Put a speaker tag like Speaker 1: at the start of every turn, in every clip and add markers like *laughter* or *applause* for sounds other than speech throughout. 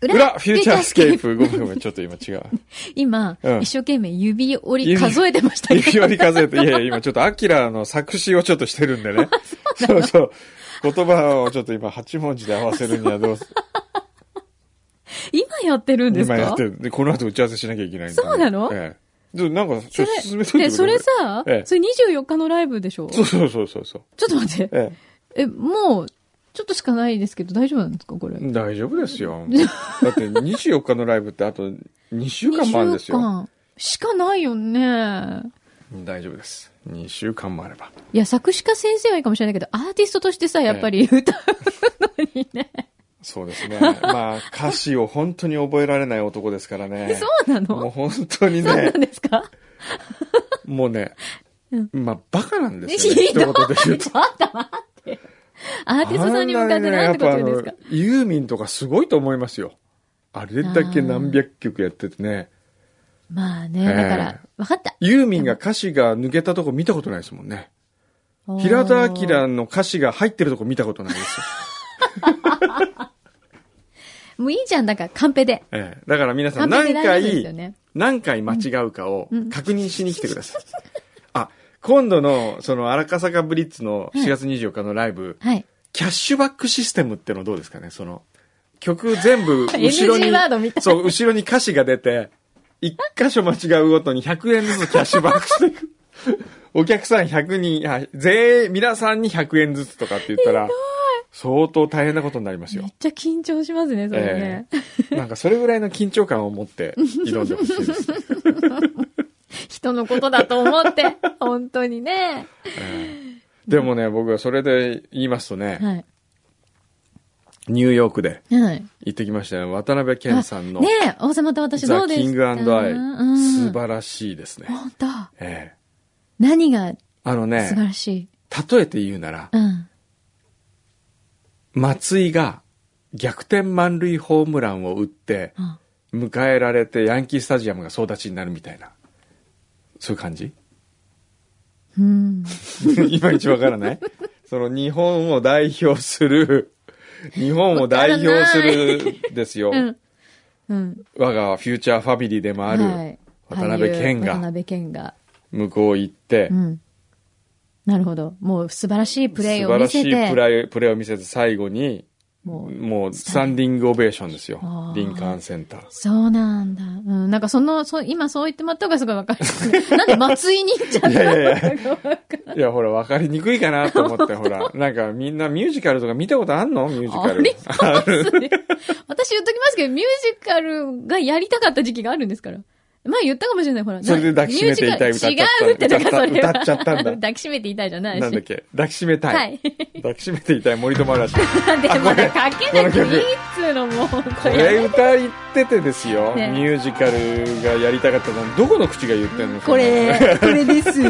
Speaker 1: 裏フューチャースケープ。ごめんごめん、ちょっと今違う。
Speaker 2: *laughs* 今、
Speaker 1: うん
Speaker 2: 一生懸命指折り
Speaker 1: 指
Speaker 2: 数えてましたけど。
Speaker 1: 指割り数えて、いやいや、今ちょっとアキラの作詞をちょっとしてるんで
Speaker 2: *laughs*
Speaker 1: ね。そうそう。言葉をちょっと今8文字で合わせるにはどうす
Speaker 2: *laughs* 今やってるんですか
Speaker 1: 今やってる。で、この後打ち合わせしなきゃいけないんだ
Speaker 2: そうなの
Speaker 1: ええ。でなんか、ち
Speaker 2: そ
Speaker 1: ょ
Speaker 2: れ
Speaker 1: っと進めといてく
Speaker 2: え、
Speaker 1: れ
Speaker 2: それさ、
Speaker 1: ええ
Speaker 2: それ24日のライブでしょち
Speaker 1: そ
Speaker 2: ょ
Speaker 1: うそうそうそうそう。
Speaker 2: っと待って。
Speaker 1: え
Speaker 2: え、もう、ちょっとしかないですけど、大丈夫なんですかこれ。
Speaker 1: え。大丈夫ですよ。だって24日のライブってあと2週間もあるんです
Speaker 2: 二週
Speaker 1: よ。
Speaker 2: 間しかないよね。
Speaker 1: 大丈夫です。2週間もあ
Speaker 2: *laughs*
Speaker 1: れば。
Speaker 2: いや、作詞家先生はいいかもしれないけど、アーティストとしてさ、やっぱり歌うのにね。
Speaker 1: そうですね。まあ、歌詞を本当に覚えられない男ですから
Speaker 2: *laughs*
Speaker 1: ね。
Speaker 2: そうな
Speaker 1: *laughs* もう
Speaker 2: の
Speaker 1: 本当に
Speaker 2: そうな
Speaker 1: ね
Speaker 2: ん、ですか
Speaker 1: もうね、
Speaker 2: うん
Speaker 1: まあ、バカなんですよ、ね。
Speaker 2: ひ
Speaker 1: 一
Speaker 2: どい
Speaker 1: 言で言うと。
Speaker 2: アーティストさんに向かってなんてこと
Speaker 1: あ
Speaker 2: 言うんで
Speaker 1: んなね
Speaker 2: すか
Speaker 1: やっぱあのユーミンとかすごいと思いますよ。あれだけ何百曲やっててね。
Speaker 2: まあ
Speaker 1: え
Speaker 2: ね、
Speaker 1: え
Speaker 2: だから、わかった。
Speaker 1: ユーミンが歌詞が抜けたとこ見たことないですもんね。平田
Speaker 2: おー。
Speaker 1: 明の歌詞が入ってるとこ見たことないです
Speaker 2: *laughs*
Speaker 1: よ。
Speaker 2: もういいじゃん、なんか、カンペで。
Speaker 1: ええ、だから皆さ
Speaker 2: カ
Speaker 1: ん
Speaker 2: ンペで
Speaker 1: 何
Speaker 2: 大丈夫ですよ
Speaker 1: 回、
Speaker 2: ね。
Speaker 1: 何回間違うかを
Speaker 2: うん
Speaker 1: 確認しに来てください。あ、今度のその荒笠坂ブリッツの4月24日のライブ、
Speaker 2: はい。
Speaker 1: キャッシュバックシステムってのどうですかねその、曲全
Speaker 2: *laughs*
Speaker 1: 部後ろ
Speaker 2: NG
Speaker 1: に
Speaker 2: ワードみた、い
Speaker 1: そう、後ろに歌詞が出て、一箇所間違うごとに100円ずつキャッシュバックしていく。 *laughs* お客さん100人、あ全員、皆さんに100円ずつとかって言ったら、相当大変なことになります
Speaker 2: め *laughs*
Speaker 1: よ
Speaker 2: っ。ちゃ緊張しますね、それね。
Speaker 1: なんかそれぐらいの緊張感を持って挑んでほしい
Speaker 2: *laughs*
Speaker 1: ですね。
Speaker 2: 人のことだと思って、 *laughs* 本当にね。
Speaker 1: でもね、僕はそれで言いますとね、
Speaker 2: はい。
Speaker 1: ニューヨークで
Speaker 2: はい。
Speaker 1: 行ってきましたよ。渡辺謙さんの
Speaker 2: ねえ、王様と私ど
Speaker 1: ザ・
Speaker 2: うでし
Speaker 1: キ
Speaker 2: た
Speaker 1: ング・アンド・アイ、
Speaker 2: うん
Speaker 1: 素晴らしいですね。
Speaker 2: 本当
Speaker 1: ええ
Speaker 2: 何が
Speaker 1: あの
Speaker 2: 素晴
Speaker 1: ね、
Speaker 2: らしい、
Speaker 1: 例えて言うなら、
Speaker 2: うん。
Speaker 1: 松井が逆転満塁ホームランを打って、
Speaker 2: うん
Speaker 1: 迎えられてヤンキースタジアムが総立ちになるみたいな。そういう感じ *laughs*
Speaker 2: うん。
Speaker 1: いまいちわからないその日本を代表する、日本を代表するですよ。
Speaker 2: うん。うん。
Speaker 1: 我がフューチャーファミリーでも
Speaker 2: は
Speaker 1: ある
Speaker 2: い
Speaker 1: 渡辺
Speaker 2: 俳優
Speaker 1: 謙
Speaker 2: 渡
Speaker 1: が
Speaker 2: 辺謙が。
Speaker 1: 向こう行って
Speaker 2: う、ん。なるほど。もう素晴らしいプ
Speaker 1: 素
Speaker 2: レ
Speaker 1: 晴
Speaker 2: ーを
Speaker 1: ら
Speaker 2: 見
Speaker 1: し
Speaker 2: せて。
Speaker 1: いプレープレーを見せて最後に、
Speaker 2: もう、
Speaker 1: もうスタンディングオベーションですよ
Speaker 2: あ。ー
Speaker 1: リンカーンセンター。
Speaker 2: そうなんだ。うん。なんかその、そう、今そう言ってもらった方がすごいわかりますね。
Speaker 1: *laughs*
Speaker 2: なんで松井に行っちゃった
Speaker 1: いやいやい
Speaker 2: のかがわかんない
Speaker 1: いや、ほら、分かりにくいかなと思って、
Speaker 2: *laughs*
Speaker 1: ほら、なんかみんなミュージカルとか見たことあんのミュージカ
Speaker 2: あり
Speaker 1: ル。
Speaker 2: ますね。私言っときますけど、ミュージカルがやりたかった時期があるんですから。前言ったかもしれない、ほら。
Speaker 1: それで抱きしめていたい
Speaker 2: ミュージカル
Speaker 1: 歌っちゃ
Speaker 2: 違うっ
Speaker 1: った
Speaker 2: てだからそれは。
Speaker 1: 歌っちゃったんだ
Speaker 2: 抱きしめていたいじゃないし。
Speaker 1: *laughs* なんだっけ抱きしめたい。
Speaker 2: はい。
Speaker 1: 抱きしめていたい森
Speaker 2: *laughs*
Speaker 1: 友嵐。
Speaker 2: なんで、まだかけなくていいっつうのも、本
Speaker 1: こ
Speaker 2: 当にや
Speaker 1: れ
Speaker 2: めて。
Speaker 1: 歌言っててですよ、
Speaker 2: ね
Speaker 1: ミュージカルがやりたかったのどこの口が言ってんの
Speaker 2: こ、れ、これです。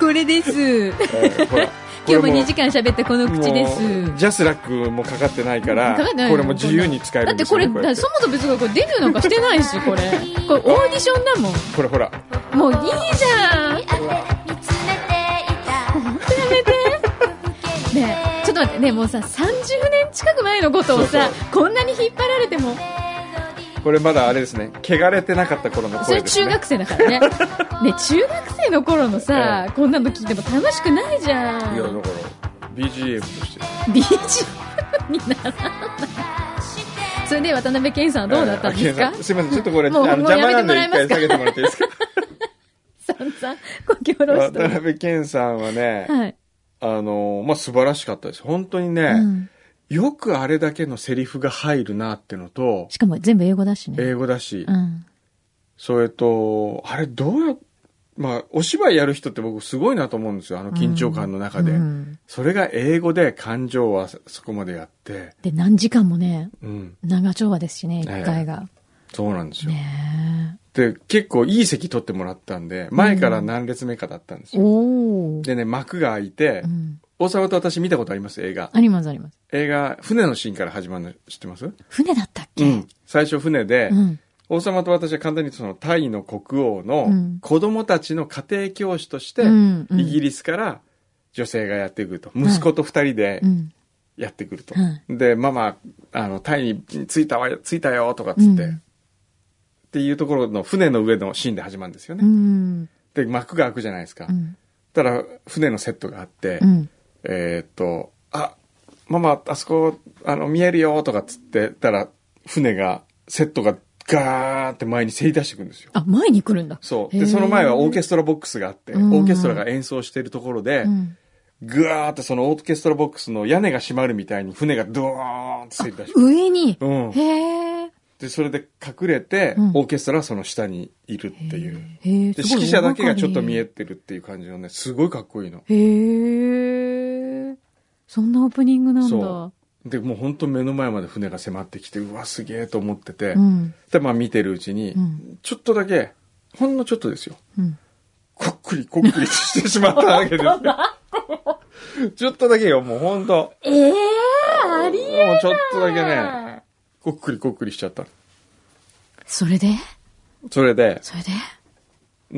Speaker 2: これです。
Speaker 1: そんなのえーほら
Speaker 2: *laughs* 今日も2
Speaker 1: 二
Speaker 2: 時間喋ったこの口です。
Speaker 1: ジャスラックもかかってないから、
Speaker 2: かかってないの
Speaker 1: これも自由に使え
Speaker 2: だっ
Speaker 1: るん
Speaker 2: て
Speaker 1: です
Speaker 2: こ
Speaker 1: よ、
Speaker 2: れ、
Speaker 1: ね。
Speaker 2: だ
Speaker 1: こ
Speaker 2: か
Speaker 1: うやっ
Speaker 2: ら
Speaker 1: て
Speaker 2: そもそも別にこれデビューなんかしてないし、これ。これオーディションだもん。
Speaker 1: これほら、
Speaker 2: もういいじゃん。
Speaker 3: 見つめていた
Speaker 2: ねえちょっと待ってねもうさ30年近く前のことをさこんなに引っ張られても
Speaker 1: これまだあれですね、汚れてなかった頃の
Speaker 2: そ
Speaker 1: 声
Speaker 2: れ
Speaker 1: です、ね。
Speaker 2: 中学生だから
Speaker 1: *laughs*
Speaker 2: ねね中学生の頃のさ、
Speaker 1: え
Speaker 2: こんなの聞いても楽しくないじゃ
Speaker 1: いや、だ
Speaker 2: ん
Speaker 1: から、BGM として。
Speaker 2: BGM にならないそれで渡辺謙さんはどうだったんです
Speaker 1: あ
Speaker 2: か
Speaker 1: ケンさんすいません、ちょっとこれ、あ
Speaker 2: も
Speaker 1: の
Speaker 2: うもう
Speaker 1: 邪
Speaker 2: や
Speaker 1: 魔
Speaker 2: め
Speaker 1: な
Speaker 2: てもら
Speaker 1: んで
Speaker 2: えま
Speaker 1: 一
Speaker 2: す
Speaker 1: 回
Speaker 2: か
Speaker 1: 下げてもらって
Speaker 2: *laughs*
Speaker 1: いいですか
Speaker 2: さんさんこき下ろし
Speaker 1: 渡
Speaker 2: て
Speaker 1: 辺謙さんはね、
Speaker 2: はい、
Speaker 1: あの、まあ、素晴らしかったです。本当にね、
Speaker 2: うん、
Speaker 1: よくあれだけのセリフが入るなってのと、
Speaker 2: しかも全部英語だしね、
Speaker 1: 英語だし、
Speaker 2: うん、
Speaker 1: それと、あれどうや、まあ、お芝居やる人って僕すごいなと思うんですよ、あの緊張感の中で。
Speaker 2: うん
Speaker 1: それが英語で感情はそそこまでやって、
Speaker 2: で何時間もね
Speaker 1: うん、
Speaker 2: 長丁場ですしね1回が、
Speaker 1: そうなんですよ。
Speaker 2: ね
Speaker 1: で、結構いい席取ってもらったんで、前から何列目かだったんです
Speaker 2: え
Speaker 1: よ。
Speaker 2: おお、
Speaker 1: でね、幕が開いて
Speaker 2: う、ん
Speaker 1: 大沢と私見たことあります映画。
Speaker 2: ありますあります。
Speaker 1: 映画、船のシーンから始まるの知ってます
Speaker 2: 船だったっけ、
Speaker 1: うん。最初船で、
Speaker 2: うん
Speaker 1: 王様と私は簡単にそのタイの国王
Speaker 2: う
Speaker 1: の
Speaker 2: ん
Speaker 1: 子供たちの家庭教師として、
Speaker 2: うんうん
Speaker 1: イギリスから女性がやってくると。息子と二人で
Speaker 2: うん
Speaker 1: やってくると。
Speaker 2: は
Speaker 1: で、ママ、あの、タイに着いたわよ、着いたよ、とかっつって、
Speaker 2: うん
Speaker 1: っていうところの船の上のシーンで始まるんですよね。
Speaker 2: うん。
Speaker 1: で、幕が開くじゃないですか。
Speaker 2: うん。
Speaker 1: たら、船のセットがあって、
Speaker 2: うん。
Speaker 1: えーっと、あ、ママ、あそこ、あの、見えるよ、とかっつってたら、船が、セットがガーって前にせり出してくんですよ。
Speaker 2: あ、前に来るんだ。
Speaker 1: そう。で、その前はオーケ
Speaker 2: ス
Speaker 1: ストラボックスがあって、オ
Speaker 2: うん
Speaker 1: ーケストラが演奏しているところで、
Speaker 2: うん。
Speaker 1: ぐわーってそのオーケストラボックスの屋根が閉まるみたいに船がドーンってせり出してくる。
Speaker 2: 上に。
Speaker 1: うん。
Speaker 2: へえ。
Speaker 1: で、それで隠れて、
Speaker 2: うん
Speaker 1: オーケストラはその下にいるっていう。
Speaker 2: へえ。
Speaker 1: で、
Speaker 2: すごい
Speaker 1: 指揮者だけがちょっと見え
Speaker 2: 大
Speaker 1: てるっていう感じのね、すごいかっこいいの。
Speaker 2: 掛かりへえ。そんなオープニングなんだ
Speaker 1: そ。で、もう本当目の前まで船が迫ってきて、うわ、すげえと思ってて、
Speaker 2: うん。
Speaker 1: で、まあ見てるうちに、
Speaker 2: うん
Speaker 1: ちょっとだけ、ほんのちょっとですよ。
Speaker 2: うん。
Speaker 1: こっくりこっくりしてしまったわけです
Speaker 2: *laughs*
Speaker 1: よ。ちょっとだけよ、もうほんと。
Speaker 2: ええ、ありえ
Speaker 1: もうちょっとだけね、
Speaker 2: ない。
Speaker 1: こっくりこっくりしちゃった。
Speaker 2: それで
Speaker 1: それで、
Speaker 2: それ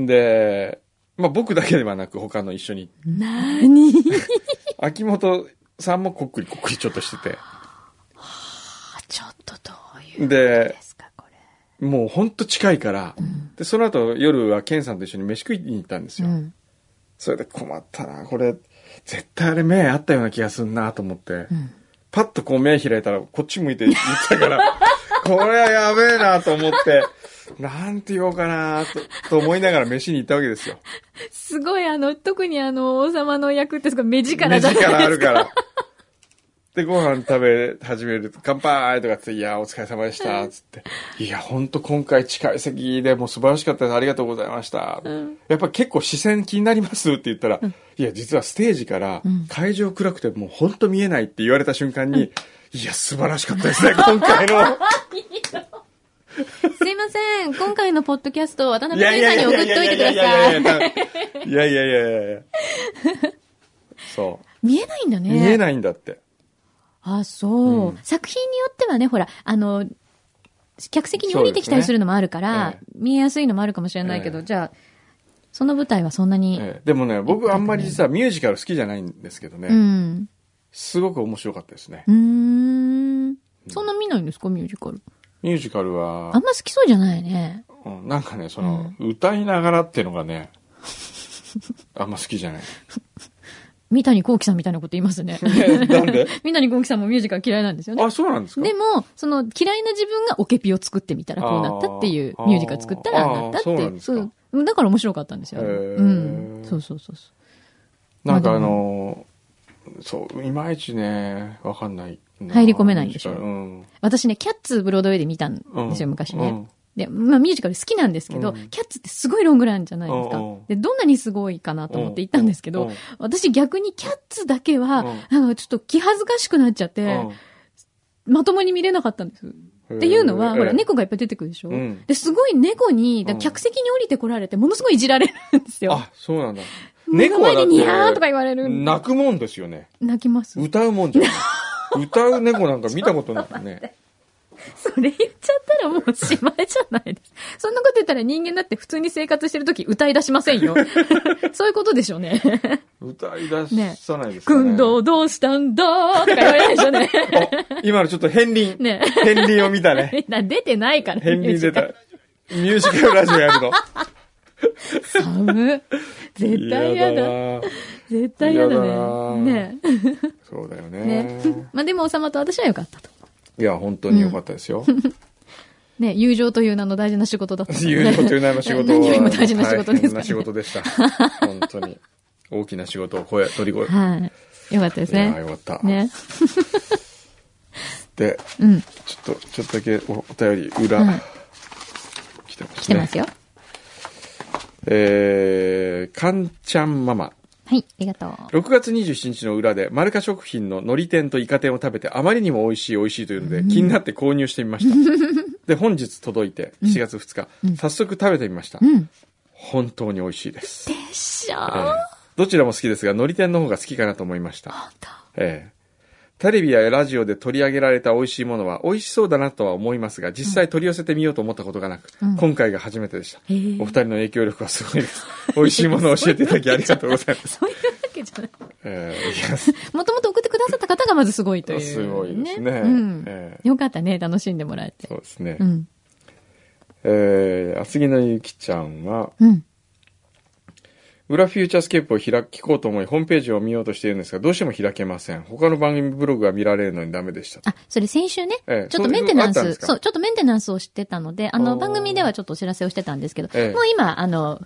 Speaker 2: で
Speaker 1: で、まあ僕だけではなく他の一緒に、
Speaker 2: なーに
Speaker 1: 秋元さんもこっくりこっくりちょっとして
Speaker 2: あちょっとどういう
Speaker 1: て、で
Speaker 2: で、すか、これ。
Speaker 1: もうほんと近いから、で、その後夜はケンさんと一緒に飯食いに行ったんです
Speaker 2: う
Speaker 1: よ。
Speaker 2: ん。
Speaker 1: それで困ったな、これ、絶対あれ目あったような気がすんなと思って、
Speaker 2: うん。
Speaker 1: パッとこう目開いたらこっち向いて言ってた
Speaker 2: *laughs*
Speaker 1: から、これはやべえなと思って、なんて言おうかなとと思いながら飯に行ったわけですよ。
Speaker 2: すごい、あの、特にあの、王様の役ってすごい目力
Speaker 1: 目
Speaker 2: だ *laughs*
Speaker 1: 力あるから。で、ご飯食べ始めると、乾杯とかっつって、いや、お疲れ様でした、つって。いや、ほんと今回近い席でもう素晴らしかったです。ありがとうございました。
Speaker 2: ん
Speaker 1: やっぱ結構視線気になりますって言ったら、いや、実はステージから
Speaker 2: ん
Speaker 1: 会場暗くてもうほんと見えないって言われた瞬間に、いや、素晴らしかったですね、 *laughs* 今回の。
Speaker 2: すいません。今回のポッドキャスト、渡
Speaker 1: い
Speaker 2: 辺
Speaker 1: や
Speaker 2: 健さ
Speaker 1: いや
Speaker 2: ん
Speaker 1: い
Speaker 2: に
Speaker 1: や
Speaker 2: 送っ
Speaker 1: いやいや
Speaker 2: といて
Speaker 1: い
Speaker 2: く
Speaker 1: や
Speaker 2: だ
Speaker 1: いやいや
Speaker 2: さ
Speaker 1: い
Speaker 2: い。
Speaker 1: や。いやいやいやいや。そう。
Speaker 2: 見えないんだね。
Speaker 1: 見えないんだって。
Speaker 2: あ、そう、
Speaker 1: うん
Speaker 2: 作品によってはね、ほら、あの、客席に降りてきたりするのもあるから、
Speaker 1: そうで
Speaker 2: 見えやすいのもあるかもしれないけど、
Speaker 1: ええ
Speaker 2: じゃあ、その舞台はそんなに、
Speaker 1: ええでもね、僕あんまり実はミュージカル好きじゃないんですけどね。
Speaker 2: うん。
Speaker 1: すごく面白かったですね。
Speaker 2: うーん。そんな見ないんですか、ミュージカル。
Speaker 1: ミュージカルは
Speaker 2: あん、ま好きそうじゃないね。
Speaker 1: うんなんかね、その、歌いながらっていうの
Speaker 2: *laughs*
Speaker 1: がね、あんま好きじゃない。
Speaker 2: 三谷幸喜さんみたいなこと言います *laughs* ね。
Speaker 1: なんで
Speaker 2: 三谷幸喜さんもミュージカル嫌いなんですよね。
Speaker 1: あ、そうなんですか
Speaker 2: でも、その嫌いな自分がオケピを作ってみたらこうなったっていう
Speaker 1: あー
Speaker 2: ミュージカル作ったらああなったって
Speaker 1: あーそう
Speaker 2: い
Speaker 1: なん
Speaker 2: う。
Speaker 1: ですか
Speaker 2: そう。だから面白かったんですよ。
Speaker 1: へー
Speaker 2: うん。そうそうそうそう。
Speaker 1: なんかあのー、そう、いまいちね、わかんない。
Speaker 2: 入り込めないんでしょ
Speaker 1: ミュージカルうん。
Speaker 2: 私ね、キャッツブロードウェイで見たんですよ、
Speaker 1: うん
Speaker 2: 昔
Speaker 1: う
Speaker 2: ね
Speaker 1: ん。
Speaker 2: で、まあミュージカル好きなんですけど、
Speaker 1: うん
Speaker 2: キャッツってすごいロングランじゃないですか
Speaker 1: うんうん。
Speaker 2: で、どんなにすごいかなと思って行ったんですけ
Speaker 1: う
Speaker 2: ど
Speaker 1: ん、
Speaker 2: 私逆にキャッツだけは、
Speaker 1: うん
Speaker 2: なんかちょっと気恥ずかしくなっちゃって、まともに見れなかったんです。っていうのは、ほら、。猫がいっぱい出てくるでしょ、
Speaker 1: うん
Speaker 2: で、すごい猫に、だから客席に降りてこられて、ものすごいいじられるんです
Speaker 1: へー
Speaker 2: よ。
Speaker 1: あ、そうなんだ。
Speaker 2: 目の
Speaker 1: 猫
Speaker 2: 前
Speaker 1: はだ
Speaker 2: で
Speaker 1: っ
Speaker 2: ニャーとか
Speaker 1: て、
Speaker 2: 言われる。
Speaker 1: 泣くもんですよね。
Speaker 2: 泣きます。
Speaker 1: 歌うもんじゃ
Speaker 2: *laughs*
Speaker 1: ない。歌う猫なんか見たことないね。
Speaker 2: それ言っちゃったらもうおしまいじゃないです。そんなこと言ったら人間だって普通に生活してるとき歌い出しませ
Speaker 1: *laughs*
Speaker 2: んよ。そういうことでしょうね。
Speaker 1: 歌い出さないですかね。
Speaker 2: 君どうどうしたんだとか言われるでしょう
Speaker 1: *laughs*
Speaker 2: ね。
Speaker 1: あ今のちょっと片鱗。
Speaker 2: ね
Speaker 1: 片鱗を見たね。
Speaker 2: *laughs* みんな出てないから、
Speaker 1: 片鱗出た
Speaker 2: ミュージ。
Speaker 1: ミュージカルラジオやるの。
Speaker 2: カル。寒い。絶対嫌だ。
Speaker 1: な
Speaker 2: 絶対嫌だ
Speaker 1: 嫌だな
Speaker 2: ね。ね
Speaker 1: そうだよ
Speaker 2: ね
Speaker 1: ね。。
Speaker 2: まあでも王様と私は良かったと。
Speaker 1: いや、本当に良かったですよ。
Speaker 2: ね、友情という名の大事な仕事だったので。
Speaker 1: *laughs* 友情という名の仕事
Speaker 2: *laughs* 何よりも大事な仕事ですから、ね。
Speaker 1: 大変な仕事でした。本当に。大きな仕事を超え、取り越
Speaker 2: はい。よかったです
Speaker 1: え。いやー、
Speaker 2: ね。
Speaker 1: よかった。
Speaker 2: ね。
Speaker 1: で、
Speaker 2: うん。
Speaker 1: ちょっと、ちょっとだけおお便り、裏、
Speaker 2: うん
Speaker 1: 来てますね。
Speaker 2: 来てますよ。
Speaker 1: えー、かんちゃんママ。
Speaker 2: はい。ありがとう。
Speaker 1: 6月27日の裏で、マルカ食品の海苔店とイカ天を食べて、あまりにも美味しい美味しいというので、気になって購入してみま
Speaker 2: *laughs*
Speaker 1: した。で、本日届いて、7月2日、早速食べてみました。
Speaker 2: うん。
Speaker 1: 本当に美味しいです。
Speaker 2: でしょ
Speaker 1: え
Speaker 2: ー
Speaker 1: ーどちらも好きですが、海苔店の方が好きかなと思いました。
Speaker 2: 本当
Speaker 1: ええテレビやラジオで取り上げられた美味しいものは美味しそうだなとは思いますが、実際取り寄せてみようと思ったことがなく、
Speaker 2: うん
Speaker 1: 今回が初めてでした。
Speaker 2: へえ
Speaker 1: お二人の影響力はすごいです。美味しい
Speaker 2: *laughs*
Speaker 1: ものを教えていただきありがとうございます。
Speaker 2: そういうわけじゃない。
Speaker 1: ええいや
Speaker 2: もともと送ってくださった方方がまずすごいという、
Speaker 1: すごいですね
Speaker 2: うん
Speaker 1: ええ
Speaker 2: よかったね、楽しんでもらえて
Speaker 1: そ。うですね。
Speaker 2: うん。
Speaker 1: えー、厚木のゆきちゃんは、
Speaker 2: うん。
Speaker 1: 裏フューチャースケープを開きこうと思い、ホームページを見ようとしているんですが、どうしても開けません。他の番組ブログが見られるのにダメでした。
Speaker 2: あ、それ先週ね、
Speaker 1: ええ
Speaker 2: ちょっとメンテナン
Speaker 1: そう
Speaker 2: ス、
Speaker 1: いうのあったんですか
Speaker 2: そう、ちょっとメンテナンスをしてたので、あの、
Speaker 1: おー
Speaker 2: 番組ではちょっとお知らせをしてたんですけど、
Speaker 1: ええ
Speaker 2: もう今、あの、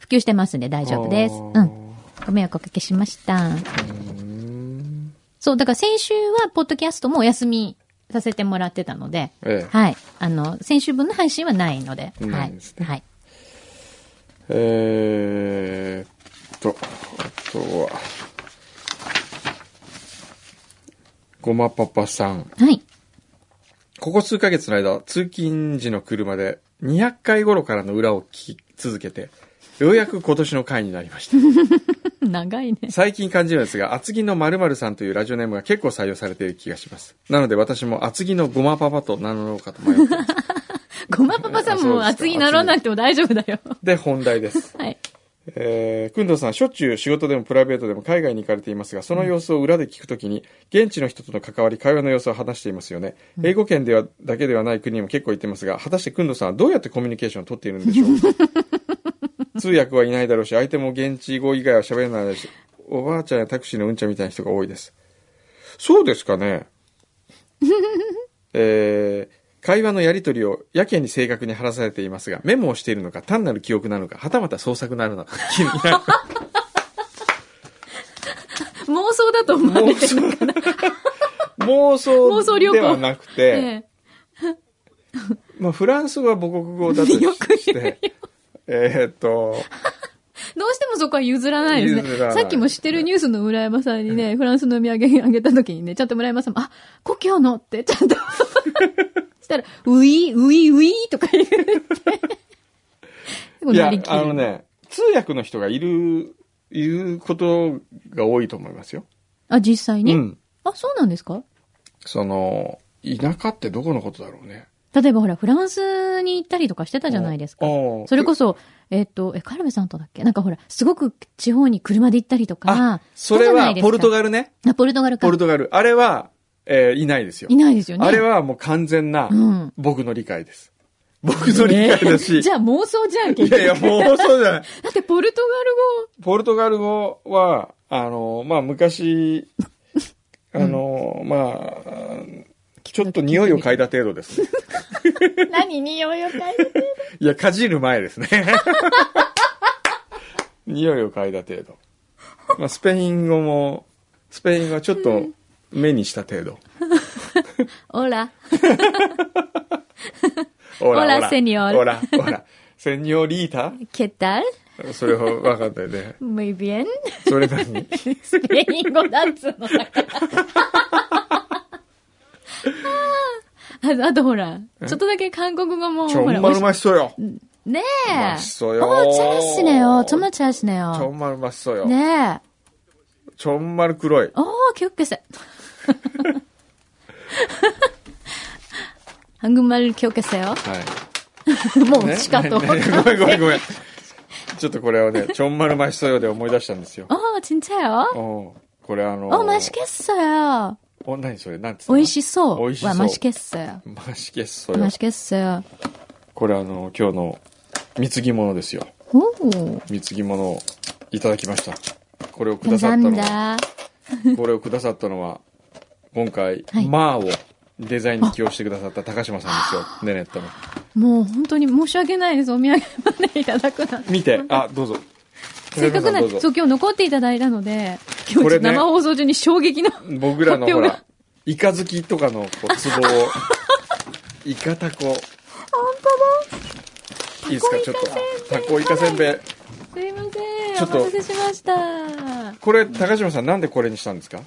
Speaker 2: 普及してますんで大丈夫です。うん。ご迷惑おかけしました。
Speaker 1: うん。
Speaker 2: そう、だから先週は、ポッドキャストもお休みさせてもらってたので、
Speaker 1: ええ
Speaker 2: はい。あの、先週分の配信はないので、は
Speaker 1: ない
Speaker 2: い
Speaker 1: です。ね
Speaker 2: はい。
Speaker 1: えーっと、あとは、ごまパパさん。
Speaker 2: はい。
Speaker 1: ここ数ヶ月の間、通勤時の車で200回頃からの裏を聞き続けて、ようやく今年の回になりました。
Speaker 2: *laughs* 長いね。
Speaker 1: 最近感じるんですが、厚木の〇〇さんというラジオネームが結構採用されている気がします。なので私も厚木のごまパパと名乗ろうかと迷ってます。
Speaker 2: ごまパパさんも
Speaker 1: あそうですか
Speaker 2: 厚着ならなくても大丈夫だよ。
Speaker 1: で、本題です。
Speaker 2: はい。
Speaker 1: えー、くんどうさん、しょっちゅう仕事でもプライベートでも海外に行かれていますが、その様子を裏で聞くときに、現地の人との関わり、会話の様子を話していますよね。英語圏では、だけではない国にも結構行ってますが、果たしてくんどうさんはどうやってコミュニケーションを取っているんでしょうか通訳はいないだろうし、相手も現地語以外は喋れないだろうし、おばあちゃんやタクシーのうんちゃんみたいな人が多いです。そうですかね。えー会話のやり取りをやけに正確に話されていますが、メモをしているのか、単なる記憶なのか、はたまた創作なのか、気になる。
Speaker 2: 妄想だと思われ
Speaker 1: 妄
Speaker 2: てる。
Speaker 1: 想妄想
Speaker 2: 妄想旅行
Speaker 1: ではなくて、
Speaker 2: え
Speaker 1: まあ、フランス語は母国語だと
Speaker 2: よく言う
Speaker 1: して
Speaker 2: *laughs*
Speaker 1: えーっと
Speaker 2: え *laughs* どうしてもそこは譲らないです
Speaker 1: 譲ら
Speaker 2: ね。
Speaker 1: ない
Speaker 2: さっきも知ってるニュースの村山さんにね、フランスのお土産あげた時にね、ちゃんと村山さんも、あ、故郷のって、ちゃん
Speaker 1: *laughs*
Speaker 2: と。したら、ウィー、ウィー、ウィーとか言う。
Speaker 1: いやあの。ね通訳の人がいるいうことが多いと思いますよ。
Speaker 2: あ、実際に、
Speaker 1: うん、
Speaker 2: あ、そうなんですか
Speaker 1: その田舎ってどこのことだろうね。
Speaker 2: 例えばほら、フランスに行ったりとかしてたじゃないですか。
Speaker 1: おお
Speaker 2: それこそ、えっ、と、え、カルベさんとだっけなんかほら、すごく地方に車で行ったりとか
Speaker 1: あ、それはポルト
Speaker 2: ガ
Speaker 1: ガルね。
Speaker 2: ル。あポルトガルか。
Speaker 1: ポルトガル。あれは、えーいないですよ
Speaker 2: い。ないですよね。
Speaker 1: あれはもう完全な
Speaker 2: うん
Speaker 1: 僕の理解です。僕の理解だし。
Speaker 2: じゃあ妄想じゃん、結
Speaker 1: いやいや、
Speaker 2: 局。
Speaker 1: もうそうじゃない。
Speaker 2: だってポルト
Speaker 1: ポルトガル語は、あの、まあ、昔、あの、まあ、ちょっと匂いを嗅いだ程度ですね。
Speaker 2: ガル語、何匂いを嗅
Speaker 1: *laughs*
Speaker 2: いでて。
Speaker 1: いや、かじる
Speaker 2: *laughs*
Speaker 1: 前ですね。匂いを嗅いだ程度。まあ、スペイン語も、スペイン語はちょっと目にした程度。
Speaker 2: オラ。
Speaker 1: オ
Speaker 2: オラセニョル
Speaker 1: オラ、オラ。セニョリータ
Speaker 2: ケタル
Speaker 1: それは分かったよね。
Speaker 2: ムイビエン
Speaker 1: そ *laughs* れ何
Speaker 2: スペイン語だっつうのだから。 *laughs* あああとほら、ちょっとだけ韓国語も、
Speaker 1: ちょ
Speaker 2: ほ
Speaker 1: ん
Speaker 2: ら、
Speaker 1: ま
Speaker 2: お
Speaker 1: る
Speaker 2: し
Speaker 1: ましそうよ。
Speaker 2: ねえ。
Speaker 1: うまそうよ
Speaker 2: おチャーシネよ。ちょまチャーシネ
Speaker 1: ちょ
Speaker 2: よ。
Speaker 1: んまるましそうよ。
Speaker 2: ねえ。
Speaker 1: ちょんまる黒い。
Speaker 2: おー、キュッケ *laughs*
Speaker 1: *laughs*
Speaker 2: セ。한국말기억했어요
Speaker 1: *laughs* はい。
Speaker 2: もう
Speaker 1: ね
Speaker 2: しかと。
Speaker 1: *laughs* ねねごめんごめんごめん。ちょっとこれをね、ちょんまるましそよで思い出したんですよ。
Speaker 2: 어, 진짜요?
Speaker 1: おうこれあのー
Speaker 2: 어, 맛있겠어요.
Speaker 1: お、何それなんつうの
Speaker 2: 오이시소.
Speaker 1: 오이시소.
Speaker 2: 와, 맛있겠어요.
Speaker 1: ましけっそよ。
Speaker 2: 맛있겠어요.
Speaker 1: これあの、今日の貢ぎ物ですよ。
Speaker 2: 오,
Speaker 1: 貢ぎ物をいただきました。これをくださったの
Speaker 2: 감사
Speaker 1: は、
Speaker 2: 합니다.
Speaker 1: *laughs* これをくださったのは、今回、
Speaker 2: はい
Speaker 1: マーをデザインに起用してくださった高島さ *laughs* んですよ。ねネットの。
Speaker 2: もう本当に申し訳ないです。お土産までいただくなんて。
Speaker 1: 見て、あ、 *laughs* どうぞ。
Speaker 2: せっかくな
Speaker 1: 高島さん
Speaker 2: ん
Speaker 1: ど
Speaker 2: で、そ
Speaker 1: うぞ。
Speaker 2: う今日残っていただいたので、今
Speaker 1: こ
Speaker 2: 日
Speaker 1: れね
Speaker 2: 生放送中に衝撃の。
Speaker 1: 僕らの
Speaker 2: 発
Speaker 1: ほ
Speaker 2: 表が
Speaker 1: ら、イカ好きとかのこう、ツボを、 *laughs* イカタコ。本当だ。いいですか、ちょっと。タコイカせんべい。
Speaker 2: すいま
Speaker 1: ち
Speaker 2: せ
Speaker 1: ょ
Speaker 2: ん。
Speaker 1: っ
Speaker 2: お
Speaker 1: と
Speaker 2: 待たせしました。
Speaker 1: これ、高島さんなんでこれにしたんですか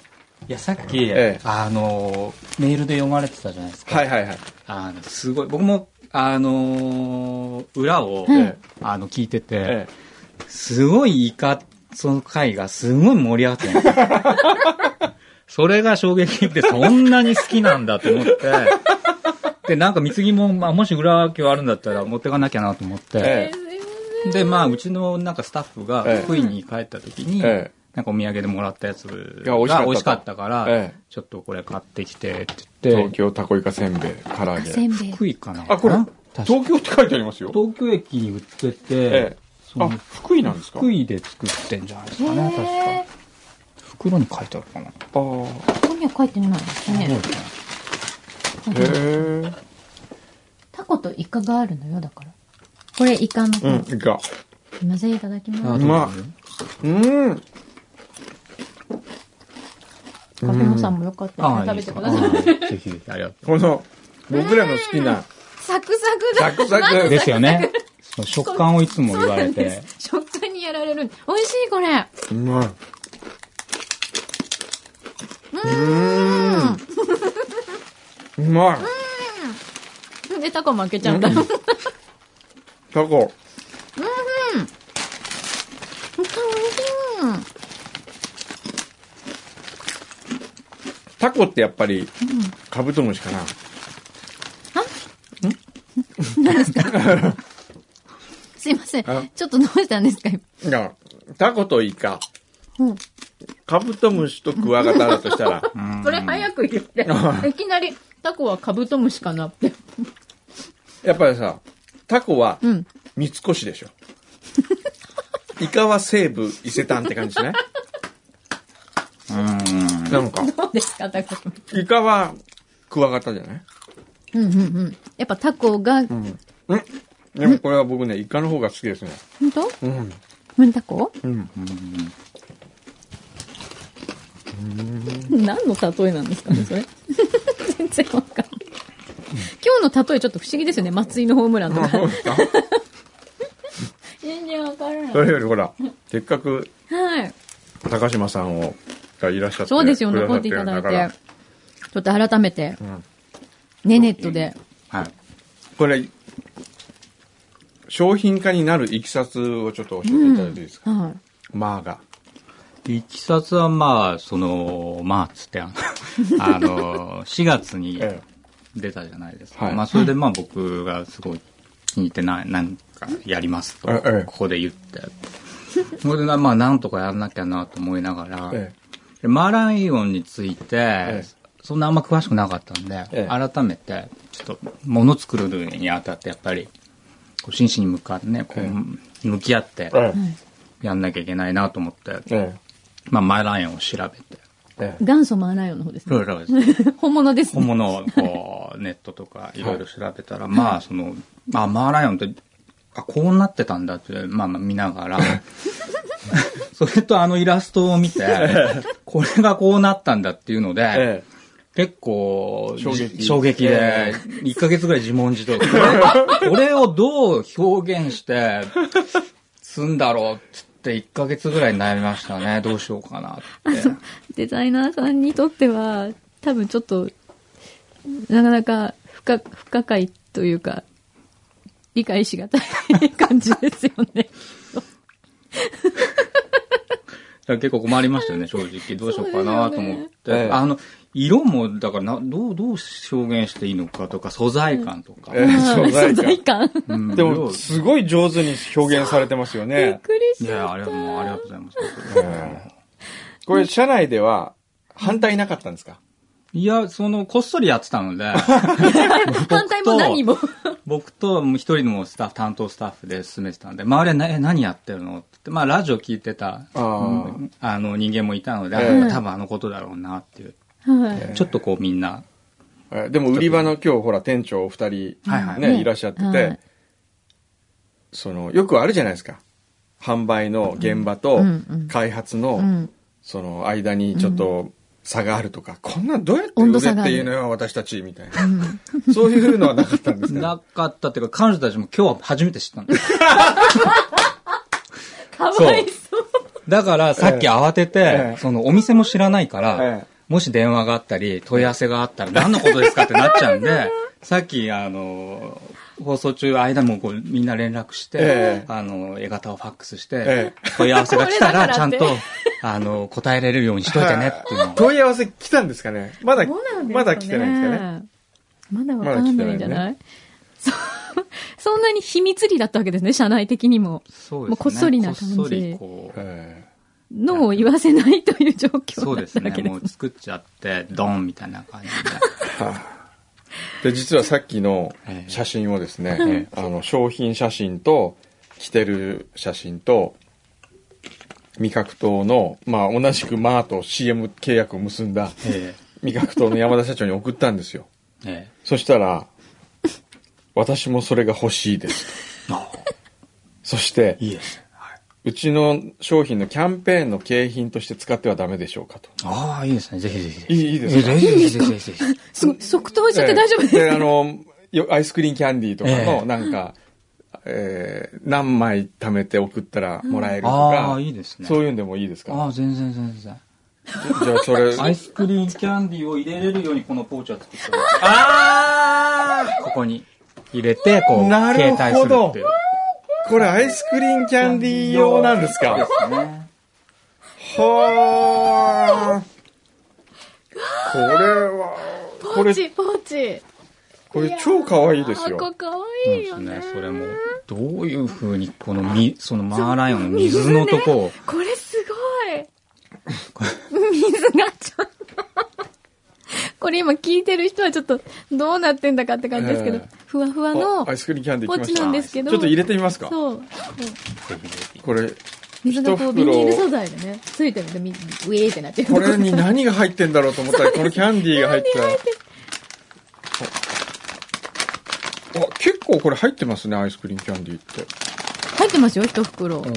Speaker 4: いや、さっき、
Speaker 1: ええ
Speaker 4: あの、メールで読まれてたじゃないですか。
Speaker 1: はいはいはい。
Speaker 4: あの、すごい。僕も、あの、裏を、
Speaker 1: ええ
Speaker 4: あの、聞いてて、
Speaker 1: え
Speaker 4: すごいイカ、その回がすごい盛り上がってるんですよ
Speaker 1: *laughs*
Speaker 4: それが衝撃で、そんなに好きなんだと思って、で、なんか貢ぎも、まあ、もし裏今日あるんだったら持ってかなきゃなと思って、
Speaker 1: ええ
Speaker 2: えすいません。
Speaker 4: で、まあ、うちのなんかスタッフが
Speaker 1: ええ
Speaker 4: 福井に帰った時に、
Speaker 1: ええ
Speaker 4: なんかお土産でもらったやつが
Speaker 1: や美味しかったと
Speaker 4: 美味しかったから、
Speaker 1: ええ
Speaker 4: ちょっとこれ買ってきてって言っ
Speaker 1: 東
Speaker 4: て、
Speaker 1: 京たこいかせんべい、唐揚
Speaker 2: せ
Speaker 1: げ。
Speaker 2: んべい。
Speaker 4: 福井かな
Speaker 1: あ、これ
Speaker 4: 確、か
Speaker 1: 東京って書いてありますよ。
Speaker 4: 東京駅に売ってて、
Speaker 1: ええ。
Speaker 4: そ
Speaker 1: あ、
Speaker 4: の
Speaker 1: 福井なんですか
Speaker 4: 福井で作ってんじゃないです
Speaker 2: へ
Speaker 4: かね、
Speaker 2: ー
Speaker 4: 確か。袋に書いてあるかな。
Speaker 1: あー
Speaker 2: ここには書いてないですね。
Speaker 1: へえ。
Speaker 2: タコとイカがあるのよ、だから。これイカの方。
Speaker 1: うん、いか。
Speaker 2: すいません、いただき
Speaker 4: あ
Speaker 2: ま
Speaker 1: う
Speaker 2: す。
Speaker 1: まうん。
Speaker 2: カフェモさんもよかった
Speaker 4: あ
Speaker 2: ら
Speaker 4: あ、
Speaker 2: 食べて
Speaker 4: いいです
Speaker 2: く
Speaker 4: か。
Speaker 2: ださい。
Speaker 4: ああぜひぜひ、ありが
Speaker 1: *laughs*
Speaker 4: と
Speaker 1: この、僕らの好きな、
Speaker 2: サクサクだ。
Speaker 1: ザクザ
Speaker 4: う。
Speaker 1: ク。
Speaker 4: です
Speaker 2: *laughs*
Speaker 4: よね。その食感をいつも
Speaker 2: そう
Speaker 4: 言わ
Speaker 2: な
Speaker 4: れ
Speaker 2: んで
Speaker 4: て。
Speaker 2: す。食感にやられる。美味しい、これ。
Speaker 1: うまい。うーん。うまい。
Speaker 2: で、タコ負けちゃった。
Speaker 1: うんタコ。タコってやっぱり、カブトムシかな。
Speaker 2: すいません
Speaker 1: あ。
Speaker 2: ちょっとどうしたんですか、今
Speaker 1: いや、タコとイカ、
Speaker 2: うん
Speaker 1: カブトムシとクワガタだとしたら、
Speaker 2: それ早く言って。いきなり、タコはカブトムシかなって。
Speaker 1: やっぱりさ、タコは
Speaker 2: うん。
Speaker 1: 三
Speaker 2: *laughs*
Speaker 1: 越でしょ。イカは西部伊勢丹って感じね。
Speaker 4: うん。
Speaker 1: なんか、
Speaker 2: どうですか、タコ君。
Speaker 1: イカはクワガタじゃない
Speaker 2: うんうんうん。やっぱタコが、本
Speaker 1: うん。でもこれは僕ね、イカの方が好きですね。
Speaker 2: 当
Speaker 1: うん。
Speaker 2: ムニタコ
Speaker 1: うん。
Speaker 2: 何の例えなんですかね、
Speaker 1: *laughs*
Speaker 2: それ。全然わかんない。今日の例えちょっと不思議ですよね、松井のホームランと
Speaker 1: あ
Speaker 2: か。
Speaker 1: そうですか
Speaker 2: 全然わからな
Speaker 1: *laughs* そ
Speaker 2: い。
Speaker 1: れよりほら、せっかく
Speaker 2: はい。
Speaker 1: 高島さんを、がいらっしゃって
Speaker 2: そうですよ、
Speaker 1: くだ
Speaker 2: 残
Speaker 1: さ
Speaker 2: ってい
Speaker 1: る
Speaker 2: た
Speaker 1: ん
Speaker 2: だい
Speaker 1: から
Speaker 2: て。ちょっと改めて、
Speaker 1: ん
Speaker 2: ねネットで。
Speaker 4: はい。
Speaker 1: これ、商品化になるいきさつをちょっと教えていただいていいですか、
Speaker 2: はい。
Speaker 1: マーガ。
Speaker 4: でいきさつはまあ、その、まあ、
Speaker 1: *laughs*
Speaker 4: つって、あの、あの4月に
Speaker 1: え
Speaker 4: 出たじゃないですか。
Speaker 1: はい
Speaker 4: まあ、それでまあ僕がすごい気に入ってな、なんかやりますと、
Speaker 1: ええ
Speaker 4: ここで言って。それでまあ、なんとかやんなきゃなと思いながら、
Speaker 1: え
Speaker 4: でマーライオンについて、
Speaker 1: え
Speaker 4: そんなあんま詳しくなかったんで、
Speaker 1: ええ
Speaker 4: 改めて、ちょっと、もの作るにあたって、やっぱり、こう真摯に向かってね、こ
Speaker 1: え
Speaker 4: う、向き合って
Speaker 1: え、
Speaker 4: やんなきゃいけないなと思って、
Speaker 1: え
Speaker 4: まあ、マーライオンを調べて、
Speaker 1: え
Speaker 2: 元祖マーライオンの方です
Speaker 4: い
Speaker 2: ね。
Speaker 4: ろいろですね
Speaker 2: *laughs* 本物です
Speaker 4: 本
Speaker 2: ね。
Speaker 4: 物をこう、ネットとかいろいろ調べたら、まあ、その、あ、マーライオンって、あ、こうなってたんだって、まあまあ見なが
Speaker 1: *laughs*
Speaker 4: ら、それとあのイラストを見て、これがこうなったんだっていうので、
Speaker 1: え
Speaker 4: 結構、
Speaker 1: 衝撃
Speaker 4: じ衝撃
Speaker 1: え
Speaker 4: で、1ヶ月ぐらい自問自答で、これこれをどう表現して、すんだろうっつって1ヶ月ぐらい悩みましたね。どうしようかなって。
Speaker 2: デザイナーさんにとっては、多分ちょっと、なかなか不可、不可解というか、理解しがたい感じですよね。
Speaker 4: だから結構困りましたよ
Speaker 1: *laughs*
Speaker 4: ね、正直。どうしようかな
Speaker 1: そうで
Speaker 4: と思っ
Speaker 1: すよ
Speaker 4: て。
Speaker 1: ね
Speaker 4: あの、色も、だからな、どう、どう表現していいのかとか、素材感とか。
Speaker 1: えええ素材
Speaker 2: 素材
Speaker 1: 感。
Speaker 2: *laughs* 感。びっ
Speaker 4: うん
Speaker 1: で
Speaker 4: 色
Speaker 1: も、すごい上手に表現されてますよね。
Speaker 2: くりし
Speaker 4: いや、あ
Speaker 2: た。
Speaker 4: れはもう、ありがとうございます。
Speaker 1: ええこれ、社内では反対なかったんですか
Speaker 4: いや、その、こっそりやって
Speaker 1: *laughs*
Speaker 4: たので、
Speaker 2: 反対も何も。
Speaker 4: 僕ともう一人のスタッフ、担当スタッフで進めてたんで、周りはな、え、何やってるのって言って、まあ、ラジオ聞いてた、
Speaker 1: あー
Speaker 4: うんあの、人間もいたので、
Speaker 1: え
Speaker 2: え
Speaker 4: 多分あのことだろうなっていう。
Speaker 2: はい。
Speaker 4: ちょっとこう、みんな、
Speaker 1: ええでも、売り場の今日、ほら、店長お二人、ね、
Speaker 4: はいはいい
Speaker 2: ね
Speaker 1: らっしゃってて、
Speaker 2: はい
Speaker 1: その、よくあるじゃないですか。販売の現場と
Speaker 2: うんうん
Speaker 1: 開発の、
Speaker 2: うん。
Speaker 1: その間にちょっと差があるとか、こんなんどうやって
Speaker 2: 温
Speaker 1: 売
Speaker 2: 度
Speaker 1: れ
Speaker 2: 差があ
Speaker 1: って
Speaker 2: る
Speaker 1: いうのよ、私たち、みたいな。そういうのはなかったんですか
Speaker 4: なかったっていうか、彼女たちも今日は初めて知ったんです
Speaker 2: かわいそう。
Speaker 4: だから、さっき慌てて、
Speaker 1: ええ
Speaker 4: その、お店も知らないから、
Speaker 1: ええ
Speaker 4: もし電話があったり、問い合わせがあったら、何のことですかってなっちゃうん *laughs* で、さっき、あの、放送中、間もこう、みんな連絡して、
Speaker 1: ええ
Speaker 4: あの、絵型をファックスして、
Speaker 1: え
Speaker 4: 問い合わせが来た
Speaker 2: *laughs* これ
Speaker 4: ら、
Speaker 2: だ
Speaker 4: ち
Speaker 2: から
Speaker 4: ゃん
Speaker 2: って
Speaker 4: と、あの、答えれるようにしといてねっていうのを。
Speaker 1: 問い合わせ来たんですかねまだ、
Speaker 2: どうなんですかね
Speaker 1: まだ来てないんですかね。
Speaker 2: まだわかんないんじゃないそそんなに秘密裏だったわけですね、社内的にも。
Speaker 4: そ
Speaker 2: もうこっそりな感じ
Speaker 4: こっそりこう
Speaker 1: え
Speaker 2: のを言わせないという状
Speaker 4: そう
Speaker 2: 況だっ
Speaker 4: です
Speaker 2: たわけで
Speaker 4: ね。も
Speaker 2: す
Speaker 4: う作っちゃって、ドンみたいな感じで。
Speaker 1: で実はさっきの
Speaker 4: ええ
Speaker 1: 写真をですね、
Speaker 4: え
Speaker 1: あの商品写真と着てる写真と味覚糖の、まあ、同じくマーと CM 契約を結んだ
Speaker 4: *laughs* え
Speaker 1: 味覚糖の山田社長に送ったんですよ
Speaker 4: ええ
Speaker 1: そしたら「私もそれが欲しいです
Speaker 4: えあ」
Speaker 1: そして
Speaker 4: いいですね。はい、
Speaker 1: 「うちの商品のキャンペーンの景品として使ってはダメでしょうか」と
Speaker 4: ああ、いいですね。ぜひぜひ。
Speaker 1: いいいいですか
Speaker 4: えぜひぜひぜひぜひ。
Speaker 2: す即答しちゃって大丈夫です
Speaker 1: ええ
Speaker 2: か
Speaker 1: あのよアイスクリーンキャンディーとか
Speaker 4: え
Speaker 1: の
Speaker 4: え
Speaker 1: なんか、えー何枚貯めて送ったらもらえると
Speaker 4: あ
Speaker 1: か、
Speaker 4: あ、いいですね。
Speaker 1: そういうのもいいです
Speaker 4: あ
Speaker 1: か
Speaker 4: あ、全然全然。
Speaker 1: じゃあそれ
Speaker 4: アイスクリーンキャンディーを入れれるようにこのポーチは作ったああここに入れて、こう、
Speaker 1: な
Speaker 4: 携
Speaker 1: る
Speaker 4: 帯す
Speaker 1: ほ
Speaker 4: る
Speaker 1: ど
Speaker 4: っていう。
Speaker 1: これアイスクリーンキャンディー用なんですか
Speaker 4: そうですね。
Speaker 1: はあこれは
Speaker 2: ポ
Speaker 1: こ
Speaker 2: ー
Speaker 1: れ
Speaker 2: チ、ポーチ。
Speaker 1: これ超可愛いです
Speaker 2: あ、こ
Speaker 1: よ
Speaker 2: かわ
Speaker 4: そう
Speaker 2: いい
Speaker 4: で
Speaker 2: よ
Speaker 4: す
Speaker 2: ね
Speaker 4: ね。。それも、どういう風に、このみ、そのマーライオンの水のとこを、
Speaker 2: これすごい。水がちょっと。これ今聞いてる人はちょっとどうなってんだかって感じですけど、
Speaker 1: ええ
Speaker 2: ふわふわの
Speaker 1: あアイスクリーンキャンディー
Speaker 2: ポ
Speaker 1: 来ま
Speaker 2: ーチ
Speaker 1: し
Speaker 2: な
Speaker 1: た
Speaker 2: ん
Speaker 1: ち
Speaker 2: ですけど、
Speaker 1: ょっと入れてみますか
Speaker 2: そう。
Speaker 1: これ
Speaker 2: 水がこ
Speaker 1: 一
Speaker 2: う
Speaker 1: 袋
Speaker 2: ビニール素材でね、ついてるんで、みウィーってなってる。
Speaker 1: これに何が入ってんだろうと思ったら、このキャンディーが入ってた。あ、結構これ入ってますね、アイスクリーンキャンディーって。
Speaker 2: 入ってますよ、一袋。す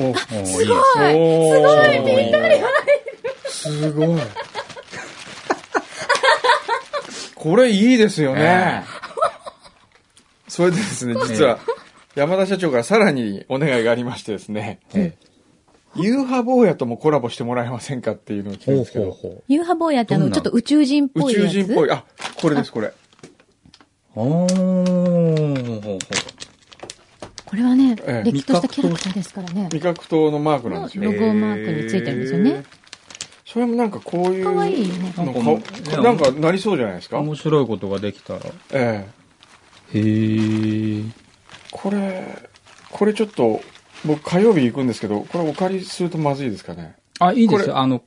Speaker 1: お、
Speaker 4: もういいです
Speaker 2: ごい
Speaker 1: お
Speaker 4: ね。
Speaker 1: ー
Speaker 4: ごいぴったり
Speaker 1: すごい。これいいですよね。それでですね、実は、山田社長からさらにお願いがありましてですね、
Speaker 4: え
Speaker 1: ユーハ坊やともコラボしてもらえませんかっていうのを聞いた
Speaker 4: え
Speaker 1: ん
Speaker 4: ほう
Speaker 1: ですけ
Speaker 4: ほう
Speaker 1: ど、
Speaker 4: ほ
Speaker 2: ユーハ坊やってあ
Speaker 4: ど
Speaker 2: の、
Speaker 4: んな
Speaker 2: ちょっと宇宙人っぽ
Speaker 1: 宇
Speaker 2: いやつ。
Speaker 1: 宙人っぽい。あ、これです、これ。
Speaker 4: う。おー、ほうほう
Speaker 2: これはね、
Speaker 1: ええ
Speaker 2: れっきとしたキャラクターですからね。
Speaker 1: 味覚糖のマークなんですよ
Speaker 2: ロゴマークについてるんですよ
Speaker 1: へ
Speaker 2: ね
Speaker 1: ー。それもなんかこういう。
Speaker 2: かわいいよね
Speaker 1: なんか
Speaker 4: なんか
Speaker 1: こうなんかなりそうじゃないですか。
Speaker 4: 面白いことができたら。へ
Speaker 1: ええ
Speaker 4: え。
Speaker 1: これ、これちょっと、僕火曜日行くんですけど、これお借りするとまずいですかね。
Speaker 4: あ、いいで
Speaker 1: こ
Speaker 4: す
Speaker 1: れ
Speaker 4: よ。あの、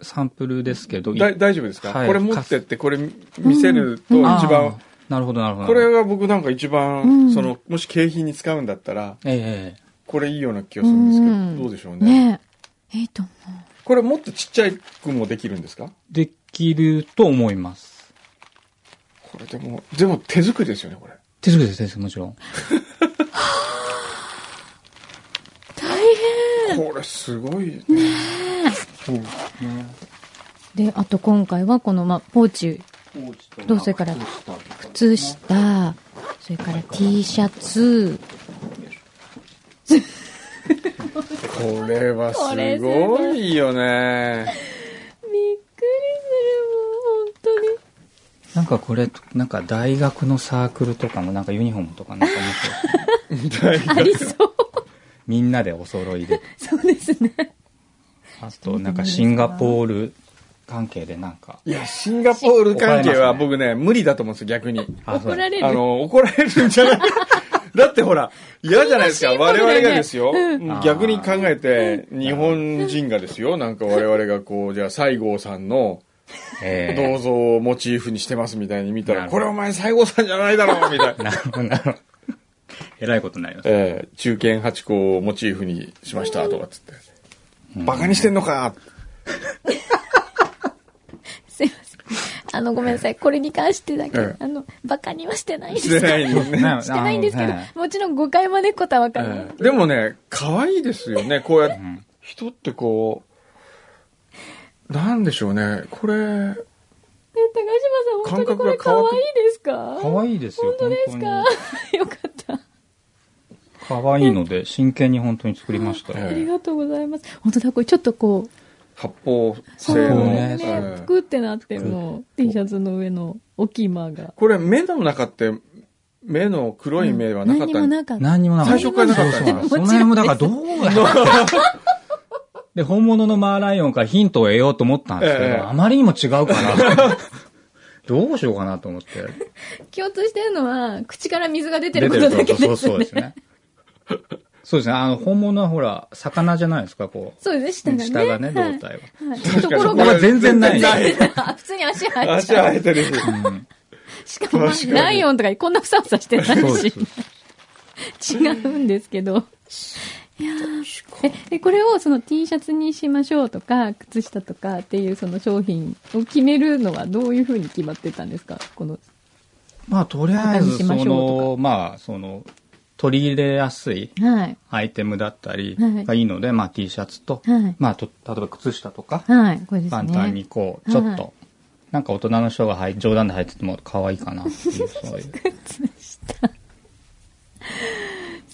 Speaker 4: サンプルですけど。
Speaker 1: だい大丈夫ですか、
Speaker 4: はい
Speaker 1: これ持ってって、これ見せると一
Speaker 4: あー
Speaker 1: 番、。
Speaker 4: なるほど、なるほど。
Speaker 1: これが僕なんか一番、
Speaker 2: うん
Speaker 1: その、もし景品に使うんだったら、
Speaker 4: ええ。
Speaker 1: これいいような気がするんですけど、
Speaker 2: うん
Speaker 1: どうでしょうね
Speaker 2: ねえ。いいと思う。
Speaker 1: これもっとちっちゃいくもできるんですか
Speaker 4: できると思います。
Speaker 1: これでも、でも手作りですよね、これ。
Speaker 4: 手作りです、手作り、もちろん。
Speaker 2: 大
Speaker 1: これすごい、
Speaker 2: 変で、あと今回はこの、ま、ポーチ、同性から靴下、それから T シャツ、
Speaker 1: これは
Speaker 2: これ
Speaker 1: す
Speaker 2: すごい
Speaker 1: ごいよね。
Speaker 2: びっくりするもん、本
Speaker 4: なんかこれ、なんか大学のサークルとかのなんかユニフォームとかなんか
Speaker 1: *laughs*
Speaker 4: 見て
Speaker 2: 当に。ありそう。
Speaker 4: みんなでお揃いで。
Speaker 2: そうですね。
Speaker 4: あと、なんかシンガポール関係でなんか。
Speaker 1: いや、シンガポール関係は僕ね、無理だと思うんですよ、逆に。
Speaker 4: あそう
Speaker 2: 怒られる
Speaker 1: あの、怒られるんじゃない *laughs* だってほら、嫌じゃないですか。
Speaker 2: シンガポー
Speaker 1: 我
Speaker 2: ルだよ
Speaker 1: 々
Speaker 2: ね
Speaker 1: がですよ。
Speaker 4: ん
Speaker 1: 逆に考えて、日本人がですよ、なんか我々がこう、じゃあ西郷さんの
Speaker 4: え *laughs*
Speaker 1: 銅像をモチーフにしてますみたいに見た
Speaker 4: な
Speaker 1: ら、
Speaker 4: る
Speaker 1: こ
Speaker 4: ほど
Speaker 1: れお前西郷さんじゃないだろうみたい
Speaker 4: え
Speaker 1: な。
Speaker 4: なるほど、なるほど。 *laughs* えらいことになります。
Speaker 1: えー中堅八高をモチーフにしましたとかっつって。バカにしてんのか
Speaker 2: すいません。あの、ごめんなさい。これに関してだけ、
Speaker 1: ええ
Speaker 2: あの、バカにはしてないで
Speaker 1: して
Speaker 2: す。
Speaker 1: ないのね。
Speaker 4: な
Speaker 2: してないんですけど、もちろん誤解までこたわかんない。
Speaker 1: でもね、可愛いですよね。こうやって
Speaker 4: ん、
Speaker 1: 人ってこう、なんでしょうね。これ、
Speaker 2: え、高島さん、本当にこれ
Speaker 1: 感覚が変
Speaker 2: 可
Speaker 1: わっ
Speaker 2: 愛いですか
Speaker 4: かわいいですよ、
Speaker 2: 本当
Speaker 4: 本
Speaker 2: で
Speaker 4: 当
Speaker 2: す
Speaker 4: に。
Speaker 2: か *laughs* よかった。
Speaker 4: かわいいので、真剣に本当に作りました。
Speaker 1: え
Speaker 2: あ
Speaker 1: え
Speaker 2: りがとうございます。本当だ、これちょっとこう、
Speaker 1: 発泡
Speaker 2: そう
Speaker 1: 性の、
Speaker 4: ね
Speaker 2: ね
Speaker 1: えー
Speaker 2: ぷくってなってるの。T シャツの上の大きい間が。
Speaker 1: これ目の中って、目の黒い目はなか
Speaker 2: 何
Speaker 1: っ
Speaker 2: に
Speaker 1: た、
Speaker 2: もなかった。
Speaker 4: 何にもなかった。
Speaker 1: 最初からなかった
Speaker 4: そ
Speaker 1: ん
Speaker 4: う
Speaker 1: だ
Speaker 4: そうその辺もだ
Speaker 1: *laughs*
Speaker 4: からどうやって。で、本物のマーライオンからヒントを得ようと思ったんですけど、
Speaker 1: ええ
Speaker 4: あまりにも違うから、 *laughs* どうしようかなと思って。
Speaker 2: 共通してるのは、口から水が出て
Speaker 4: 出
Speaker 2: る
Speaker 4: て
Speaker 2: こ
Speaker 4: る
Speaker 2: と
Speaker 4: と
Speaker 2: だけです、ね。
Speaker 4: そうそうそうですね。そうですね。あの、本物はほら、魚じゃないですか、こ
Speaker 2: そうでし
Speaker 4: う。
Speaker 2: たがね。は
Speaker 4: 下がね、
Speaker 2: い
Speaker 4: 胴体は。
Speaker 2: *laughs* はい
Speaker 1: 確かに
Speaker 2: ところ
Speaker 4: これ
Speaker 2: が
Speaker 4: は、全然ない。
Speaker 2: *laughs* 普通に足入っ
Speaker 1: 足
Speaker 2: ちゃ
Speaker 1: 生
Speaker 2: う
Speaker 1: え。てるし。
Speaker 4: うん
Speaker 2: しかも
Speaker 1: 確かに
Speaker 2: ライオンとかこんなふさふさしてない
Speaker 4: そうで
Speaker 2: し
Speaker 4: す。
Speaker 2: 違うんですけど。いやーえでこれをその T シャツにしましょうとか靴下とかっていうその商品を決めるのはどういうふうに決まってたんですかこの
Speaker 4: まあ、とりあえ
Speaker 2: 形
Speaker 4: ず、そ
Speaker 2: にしましょ
Speaker 4: の、まあ、その、取り入れやすい
Speaker 2: はい
Speaker 4: アイテムだったり
Speaker 2: はい
Speaker 4: がいいので、まあ、T シャツと、
Speaker 2: はい
Speaker 4: まあ、と例えば靴下とか、
Speaker 2: はいこれですね
Speaker 4: 簡単にこう、ちょっと、
Speaker 2: は
Speaker 4: なんか大人の人がはい冗談で入ってても可愛いかなっ
Speaker 2: *laughs*
Speaker 4: ていう、そういう。
Speaker 2: 靴下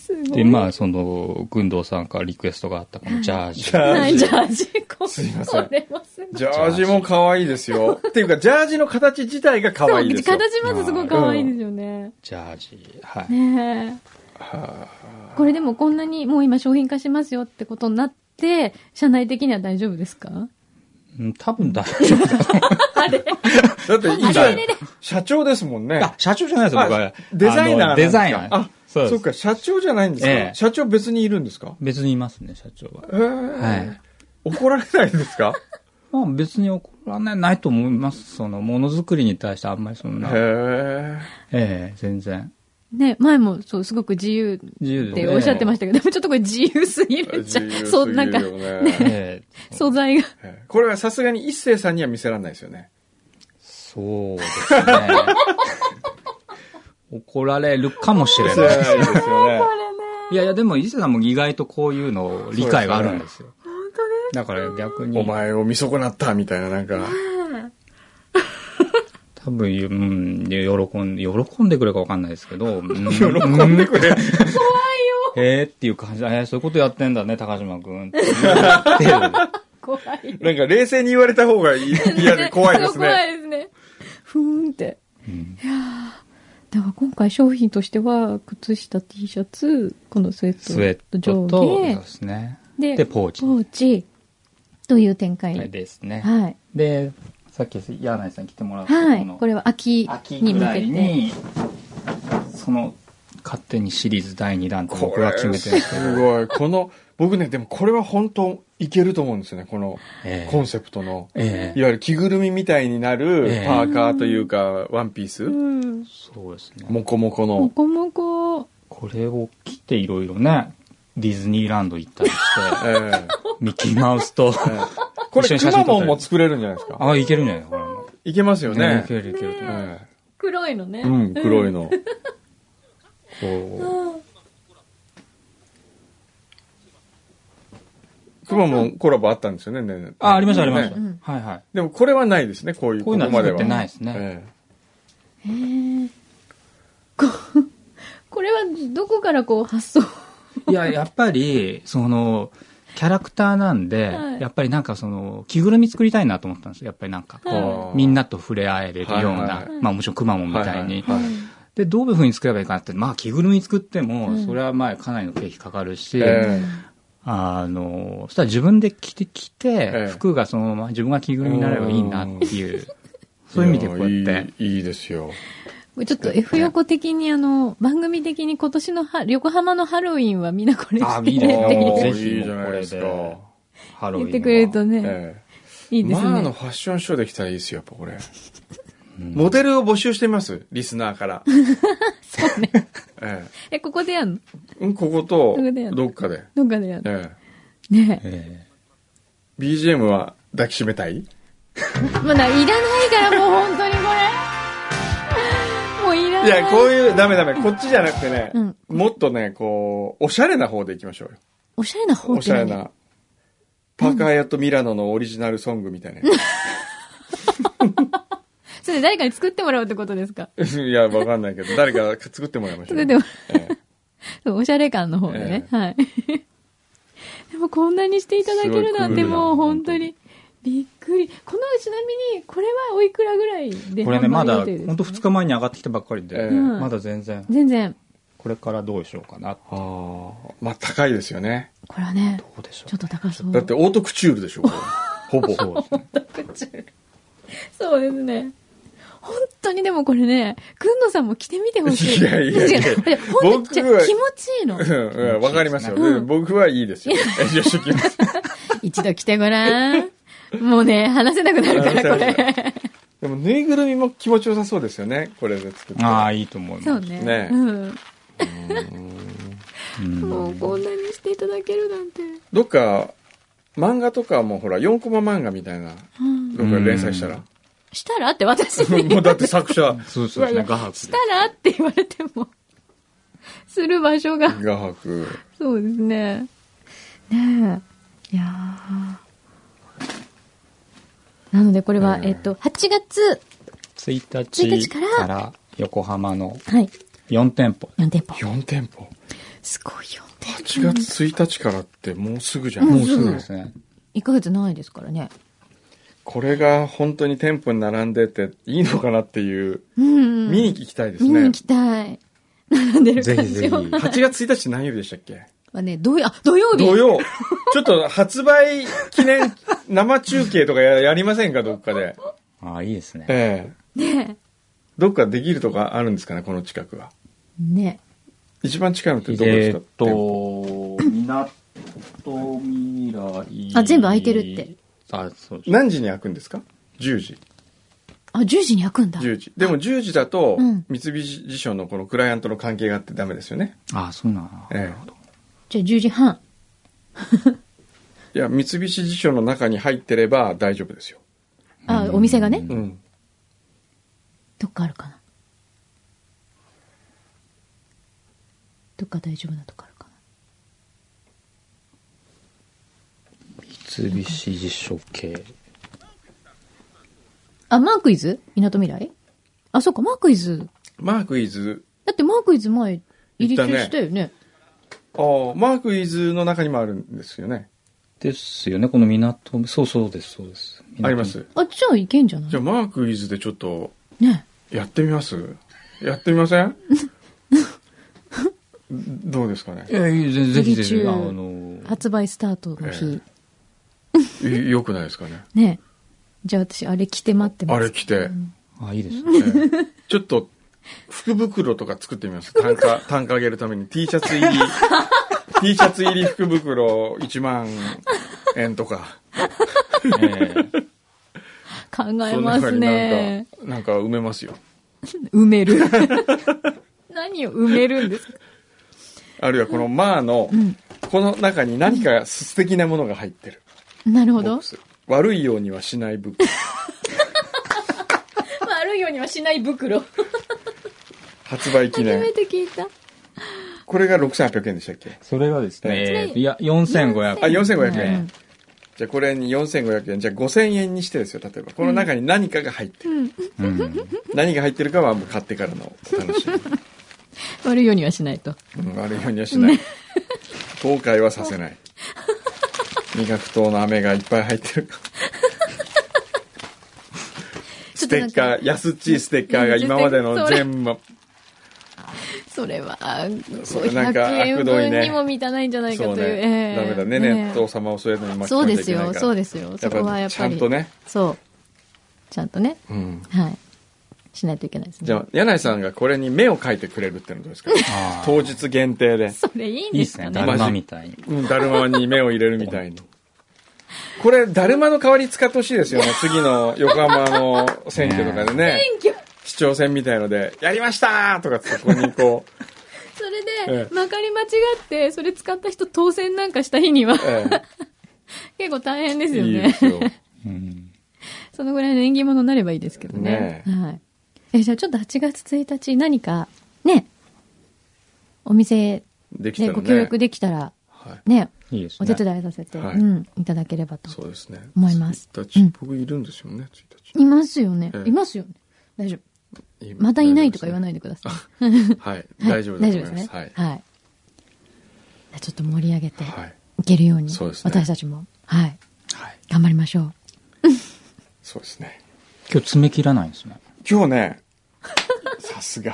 Speaker 2: すごい
Speaker 4: で、まあ、その、軍藤さんからリクエストがあった、このジャージ。
Speaker 1: ジャー
Speaker 2: はいジャージこ
Speaker 1: すいません
Speaker 2: これもすごい
Speaker 1: ジャージも可愛いですよ。っていうか、ジャージの形自体が可愛いです
Speaker 2: そ
Speaker 1: よ
Speaker 2: う。形まずすごい可愛いですよね、
Speaker 4: ジャージ。はい。
Speaker 2: ねえ
Speaker 1: はあ
Speaker 2: これでもこんなにもう今商品化しますよってことになって社内的には大丈夫ですか
Speaker 4: うん多分大丈夫。
Speaker 1: だって、いいじ
Speaker 2: あ
Speaker 1: ゃ
Speaker 2: れ
Speaker 1: ん
Speaker 2: れれ。
Speaker 1: 社長ですもんね。
Speaker 4: あ、社長じゃないですよ、僕
Speaker 1: あ
Speaker 4: は。
Speaker 1: デザイナーな
Speaker 4: あの
Speaker 1: んですか
Speaker 4: デザイナー。
Speaker 1: あ、
Speaker 4: そうです
Speaker 1: そっか、社長じゃないんです
Speaker 4: え
Speaker 1: か
Speaker 4: え
Speaker 1: 社長別にいるんですか
Speaker 4: 別にいますね、社長は。
Speaker 1: えー
Speaker 4: い
Speaker 1: 怒られないんですか
Speaker 4: まあ別に怒らないないと思います。その、ものづくりに対してあんまりそん
Speaker 1: へ
Speaker 4: な。え
Speaker 1: え。
Speaker 4: え全然。
Speaker 2: ね、前もそう、すごく自由
Speaker 4: 自由
Speaker 2: っ
Speaker 4: で
Speaker 2: て
Speaker 4: ね
Speaker 2: おっしゃってましたけど、でもちょっとこれ自由すぎるじ
Speaker 1: 自
Speaker 2: ゃん。
Speaker 1: 由
Speaker 2: そう、
Speaker 1: すぎ
Speaker 2: なんか
Speaker 1: る、よね。
Speaker 4: ええ
Speaker 2: 素材が。
Speaker 1: これはさすがに一星さんには見せられないですよね。
Speaker 4: そうです *laughs* ね。怒られるかもしれない。
Speaker 1: ないですよね。
Speaker 4: いやいや、でも、伊勢さんも意外とこういうのを理解があるんですよ。本当だから逆に。
Speaker 1: お前を見損なったみたいな、なんか。
Speaker 4: 多分、うん、喜んで、喜んでくれるか分かんないですけ *laughs* ど、喜
Speaker 1: 喜んでくれ。
Speaker 4: へえっていう感じで、えーそういうことやってんだね、高島 *laughs* くん。っていう
Speaker 2: 怖い。
Speaker 1: なんか冷静に言われた方がいい嫌で怖いです
Speaker 2: そう怖
Speaker 4: *laughs*
Speaker 1: ね。
Speaker 2: いですね。ふーんって。いやーだから今回商品としては、靴下、T シャツ、このスウェ
Speaker 4: スウェ
Speaker 2: ッ
Speaker 4: ッ
Speaker 2: ト、
Speaker 4: ト
Speaker 2: 上
Speaker 4: と、そう
Speaker 2: 下
Speaker 4: で、すね。
Speaker 2: で
Speaker 4: で、ポーチ。
Speaker 2: ポーチ、という展開。
Speaker 4: はいですね。
Speaker 2: はい。
Speaker 4: で、さっき柳井さんに来てもらった
Speaker 2: は
Speaker 4: こ
Speaker 2: い。
Speaker 4: の
Speaker 2: こ、れは秋
Speaker 4: 秋
Speaker 2: に
Speaker 4: ぐ
Speaker 2: 向
Speaker 4: ら
Speaker 2: け
Speaker 4: い
Speaker 2: て。
Speaker 4: に、その、勝手にシリーズ第2弾って
Speaker 1: こ
Speaker 4: 僕は
Speaker 1: れ
Speaker 4: 決めてるんですけど
Speaker 1: すごい。この、僕ね、でもこれは本当いけると思うんですよね。この
Speaker 4: ええ
Speaker 1: コンセプトの。
Speaker 4: え
Speaker 1: い
Speaker 4: え
Speaker 1: わゆる着ぐるみみたいになる
Speaker 4: ええ
Speaker 1: パーカーというか、ワンピース
Speaker 2: うん。
Speaker 4: そうですね。
Speaker 1: もこもこ
Speaker 2: も
Speaker 1: の。
Speaker 2: こもこ。
Speaker 4: これを着ていろいろね、ディズニーランド行ったりし
Speaker 1: え
Speaker 4: *laughs* て、
Speaker 1: え
Speaker 4: ミッキーマウスと、
Speaker 1: ええ *laughs* これ、
Speaker 4: 一緒に
Speaker 1: く
Speaker 4: 写真撮
Speaker 1: ま
Speaker 4: ったり
Speaker 1: モンも作れるんじゃないですか。
Speaker 4: あ、いけるんじゃないこれも
Speaker 1: いけますよね
Speaker 4: い。けるいけると思う。
Speaker 1: え
Speaker 2: 黒いのね。
Speaker 1: えうん、黒いの。
Speaker 4: *laughs* こ
Speaker 1: くまモンコラボあったんですよね、ねね
Speaker 4: う。あ、ありましたありました。
Speaker 1: ね
Speaker 4: はいはい。
Speaker 1: でもこれはないですね、こういう、
Speaker 4: こういうのは
Speaker 1: こまで
Speaker 4: 作ってないですね
Speaker 1: ええ
Speaker 2: ここれはどこからこう発想
Speaker 4: いや、やっぱり、その、キャラクターなんで、
Speaker 2: はい
Speaker 4: やっぱりなんかその、着ぐるみ作りたいなと思ったんですよ。やっぱりなんかこう、
Speaker 1: はい
Speaker 4: みんなと触れ合えれるような、
Speaker 1: はいはい
Speaker 4: まあもちろんくまモンみたいに。
Speaker 1: はは
Speaker 4: で、どういう風に作ればいいかなって、まあ着ぐるみ作っても、
Speaker 2: うん
Speaker 4: それはまあかなりの経費かかるし、
Speaker 1: え
Speaker 4: あの、そしたら自分で着て、着て、
Speaker 1: え
Speaker 4: 服がそのまま自分が着ぐるみになればいいなっていう、そういう意味でこうやって。
Speaker 1: いやいいいいですよ。
Speaker 2: ちょっと F 横的にあの、番組的に今年のは横浜のハロウィンはみんなこれ
Speaker 4: あ
Speaker 2: して
Speaker 4: いい
Speaker 2: ね
Speaker 4: ですね
Speaker 2: って
Speaker 4: もう
Speaker 1: おー
Speaker 4: ぜ
Speaker 2: 言って
Speaker 4: ひ
Speaker 1: いいじゃないですか。
Speaker 4: もうこハロウ
Speaker 2: 言
Speaker 4: ィンは。
Speaker 2: ってくれるとね、
Speaker 1: え
Speaker 2: い
Speaker 1: え
Speaker 2: いです
Speaker 1: マーの
Speaker 2: ね。
Speaker 1: ファッションショーできたらいいですよ、やっぱこれ。
Speaker 4: うん
Speaker 1: モデルを募集してみますリスナー
Speaker 4: *laughs*
Speaker 1: から。
Speaker 2: そうね。
Speaker 1: *laughs* え
Speaker 2: え、ここでやんの
Speaker 1: えうん、ここと
Speaker 2: ここでや、る
Speaker 1: どっかで。
Speaker 2: どっかでやんの
Speaker 1: ええ
Speaker 2: ね
Speaker 4: え
Speaker 1: BGM は抱きしめたい
Speaker 2: まだいらないからもう本当にこれ。もういら
Speaker 1: い
Speaker 2: ない。
Speaker 1: や、こういう、ダメダメ。こっちじゃなくてね、
Speaker 2: うん
Speaker 1: もっとね、こう、おしゃれな方でいきましょうよ。
Speaker 2: おしゃれな方
Speaker 1: おしゃれ
Speaker 2: 何
Speaker 1: な。パーカーやとミラノのオリジナルソングみたいな。
Speaker 2: それ誰かに作ってもらうってことですか
Speaker 1: *laughs* いや、わかんないけど、誰か作ってもらいましょう。
Speaker 2: 作っても
Speaker 1: ええ
Speaker 2: そうおしゃれ感の方でね。はい。 *laughs* でもこんなにしていただけるなんて
Speaker 1: すごいクールな
Speaker 2: もう本当にびっくり。このちなみにこれはおいくらぐらいで
Speaker 4: えこれね、ま
Speaker 2: 販売
Speaker 4: だ、
Speaker 2: 予定ですか
Speaker 4: 本当2日前に上がってきたばっかりで、
Speaker 1: ええ
Speaker 4: まだ全然、
Speaker 2: 全然、
Speaker 4: これからどうしようかな。
Speaker 1: あーまあ、高いですよね。
Speaker 2: これはね
Speaker 4: ど、うでしょ
Speaker 2: ちょっと高そう。
Speaker 1: だって、オートクチュールでしょ、これほぼ。
Speaker 4: う。そうですね。
Speaker 2: そうですね。本当にでもこれね、くんのさんも着てみてほしい。
Speaker 1: いやいやい
Speaker 2: 違
Speaker 1: や
Speaker 2: う違う本当に
Speaker 1: 僕は
Speaker 2: 違う気持ちいい
Speaker 1: *laughs*
Speaker 2: の。
Speaker 1: うんうん、わかりますよ。
Speaker 2: うん
Speaker 1: で僕はいいですよ。遠慮しときます。
Speaker 2: 一度着てごらん。もうね、話せなくなるから、こ
Speaker 1: 話せなく
Speaker 2: れ。
Speaker 1: でも、ぬいぐるみも気持ちよさそうですよね。これで作って。
Speaker 4: ああ、いいと思います。
Speaker 2: そうね。
Speaker 1: ね
Speaker 2: うん。
Speaker 4: うん
Speaker 2: もうこんなにしていただけるなんて。
Speaker 1: どっか、漫画とかもほら、4コマ漫画みたいな、
Speaker 2: うん
Speaker 1: どっか連載したら。
Speaker 2: したらって私に。
Speaker 1: *laughs* もうだって作者、
Speaker 4: そうそうですね、画伯で
Speaker 2: したらって言われても、する場所が。
Speaker 1: 画伯。
Speaker 2: そうですね。ねえ。いやーなのでこれは、
Speaker 1: うん
Speaker 2: えっと、8月、
Speaker 4: 1
Speaker 2: 1
Speaker 4: 日
Speaker 2: 日か
Speaker 4: からら横浜の
Speaker 2: はい、
Speaker 4: 4店舗。
Speaker 2: 4店舗。
Speaker 1: 4店舗。
Speaker 2: すごい4店
Speaker 1: 1
Speaker 2: 舗。
Speaker 1: 月1日からってもうすぐじゃん。
Speaker 4: もうすぐですね。
Speaker 2: 1ヶ月ないですからね。
Speaker 1: これが本当に店舗に並んでていいのかなっていう、
Speaker 2: うん。
Speaker 1: 見に行きたいです
Speaker 2: 見に
Speaker 1: ね
Speaker 2: 行。きたい。並んでる感じ
Speaker 4: ぜひぜ
Speaker 2: は。
Speaker 4: ひ
Speaker 1: 8月1日何曜日でしたっけ
Speaker 2: はね、土曜、あ、土曜日。
Speaker 1: 土曜。ちょっと発売記念生中継とかややりませんかどっかで。
Speaker 4: ああ、いいですね。
Speaker 1: ええ。
Speaker 2: ね
Speaker 1: どっかできるとかあるんですかねこの近くは。
Speaker 2: ね
Speaker 1: 一番近いのってどこで
Speaker 4: え
Speaker 1: すか
Speaker 4: ーっと、港未来。
Speaker 2: あ全部開いてるって。
Speaker 4: あ、そうです。
Speaker 1: 何時に開くんですか ?10 時。
Speaker 2: あ、10時に開くんだ。
Speaker 1: 10時。でも10時だと
Speaker 2: うん、
Speaker 1: 三菱地所のこのクライアントの関係があってダメですよね。
Speaker 4: あ、そうなの。
Speaker 1: え
Speaker 2: じゃあ10時半。
Speaker 1: え。いや、三菱地所の中に入ってれば大丈夫ですよ。
Speaker 2: あ、お店がね、
Speaker 4: うん
Speaker 1: うん。
Speaker 2: どっかあるかな。どっか大丈夫なとこあるか
Speaker 4: 三菱地所系。
Speaker 2: な。あ、マークイズ港未来あ、そうか、マークイズ。
Speaker 1: マークイズ、
Speaker 2: だってマークイズ前、入り中
Speaker 1: 行ったね
Speaker 2: したよね。
Speaker 1: ああ、マークイズの中にもあるんですよね。
Speaker 4: ですよね、この港、そうそうです、そうです。港
Speaker 1: あります。。
Speaker 2: あ、じゃあ行けんじゃない
Speaker 1: じゃあ、マークイズでちょっと、
Speaker 2: ね
Speaker 1: やってみますやってみ
Speaker 2: *laughs*
Speaker 1: ませんどうですかね
Speaker 4: いや、いやぜぜひぜ
Speaker 2: 入
Speaker 4: ひ、
Speaker 2: り
Speaker 4: あ
Speaker 2: 中
Speaker 4: の、
Speaker 2: 発売スタートの日。
Speaker 1: いよくないですかね
Speaker 2: ねじゃあ私、あれ着て待ってます。
Speaker 1: あれ着て、
Speaker 4: あ、い
Speaker 2: *laughs*
Speaker 4: いですね。
Speaker 1: ええちょっと、福袋とか作ってみます。単価、単価上げるために T シャツ入り、T シャツ入り福袋1万円とか。
Speaker 4: ええ
Speaker 2: 考え
Speaker 1: その
Speaker 2: ま
Speaker 1: 中
Speaker 2: す
Speaker 1: に
Speaker 2: ね。
Speaker 1: なんか、なんか埋めますよ。
Speaker 2: 埋める。 *laughs* 何を埋めるんですか
Speaker 1: あるいはこのマーの、この中に何か素敵なものが入ってる。
Speaker 2: なるほ
Speaker 1: ボッ
Speaker 2: ど
Speaker 1: ク。ス悪いようにはしないブック。
Speaker 2: 悪いようにはしない袋。
Speaker 1: 発売
Speaker 2: *laughs*
Speaker 1: 記
Speaker 2: 初め
Speaker 1: 念。
Speaker 2: て聞いた。
Speaker 1: これが6800円でしたっけ
Speaker 4: それがですね、
Speaker 1: え
Speaker 4: えーいや、4500
Speaker 1: あ、4500円。
Speaker 2: うん
Speaker 1: じゃあこれに4500円。じゃあ5000円にしてですよ、例えば。この中に何かが入ってる。
Speaker 4: うん
Speaker 1: 何が入ってるかはもう買ってからのお楽し
Speaker 2: 悪いようにはしないと。
Speaker 1: み。うん、悪いようにはしない。後悔はさせない。味覚糖の飴がいっぱい入ってるか。
Speaker 2: ス
Speaker 1: ステッカー、安っちいステッカーが今までの全部、
Speaker 2: それは、
Speaker 1: それなんか
Speaker 2: 500円
Speaker 1: 悪どいね
Speaker 2: 分にも満たないんじゃないか
Speaker 1: そう
Speaker 2: という。
Speaker 1: ね
Speaker 2: え。え
Speaker 1: ダメだね、ね、父様をそういうのに巻き
Speaker 2: そ
Speaker 1: 込
Speaker 2: うん
Speaker 1: じゃい
Speaker 2: で
Speaker 1: け
Speaker 2: す
Speaker 1: ない
Speaker 2: よ、
Speaker 1: から。
Speaker 2: そうですよ。そこはやっぱり。
Speaker 1: ちゃんとね。
Speaker 2: そう。ちゃんとね。
Speaker 1: うん。
Speaker 2: はい。しないといけないですね。
Speaker 1: じゃあ、柳井さんがこれに目を描いてくれるってのはどうですか
Speaker 4: あー
Speaker 1: 当日限定で、
Speaker 2: それいいん
Speaker 4: いい
Speaker 2: で
Speaker 4: ですす
Speaker 2: か
Speaker 4: ね、
Speaker 2: ね。
Speaker 4: だるまみたいに。
Speaker 1: うん、だるまに目を入れるみたいに。これ、だるまの代わりに使ってほしいで
Speaker 2: *laughs*
Speaker 1: すよね。次の横浜の選挙とかでね、
Speaker 2: 選挙
Speaker 1: 市長選みたいので、やりましたーとかってここにこ
Speaker 2: *laughs*
Speaker 1: う、
Speaker 2: そ
Speaker 1: え
Speaker 2: れ
Speaker 1: え
Speaker 2: で、まかり間違って、それ使った人当選なんかした日には、
Speaker 1: え
Speaker 2: 結構大変で
Speaker 1: え
Speaker 2: すよ
Speaker 1: いいで
Speaker 2: ね。
Speaker 1: すよ。
Speaker 4: うん
Speaker 2: そのぐらいの縁起物になればいいですけどね。
Speaker 1: ね
Speaker 2: はい。え、じゃあちょっと8月1日何か、ね、お店
Speaker 1: できた
Speaker 2: で
Speaker 1: らね。
Speaker 2: ご協力できたら、
Speaker 1: はい。
Speaker 2: ね、
Speaker 4: いいです
Speaker 2: お
Speaker 4: ね。
Speaker 2: 手伝いさせて、
Speaker 1: はい
Speaker 2: うん、いただければ
Speaker 1: そ
Speaker 2: と
Speaker 1: うですね。
Speaker 2: 思います。
Speaker 1: 1
Speaker 2: う
Speaker 1: 日
Speaker 2: ん、
Speaker 1: 僕いるんですよね、1
Speaker 2: いますよね
Speaker 1: え。え
Speaker 2: いますよね。大丈夫。
Speaker 1: 日。。
Speaker 2: またいないとか言わないいでください。
Speaker 1: はい。
Speaker 2: はい
Speaker 1: 大丈夫だと思い
Speaker 2: 大
Speaker 1: ま。
Speaker 2: ですすね。
Speaker 1: は
Speaker 2: はいい。。じゃあちょっと盛り上げて
Speaker 1: はい。
Speaker 2: いけるように、
Speaker 1: そうですね
Speaker 2: 私たちも、はい、
Speaker 1: はい。
Speaker 2: 頑張りましょう。
Speaker 1: そうですね。
Speaker 4: 今日詰め切らないんですね。
Speaker 1: 今日ね、
Speaker 2: *laughs*
Speaker 1: さすが。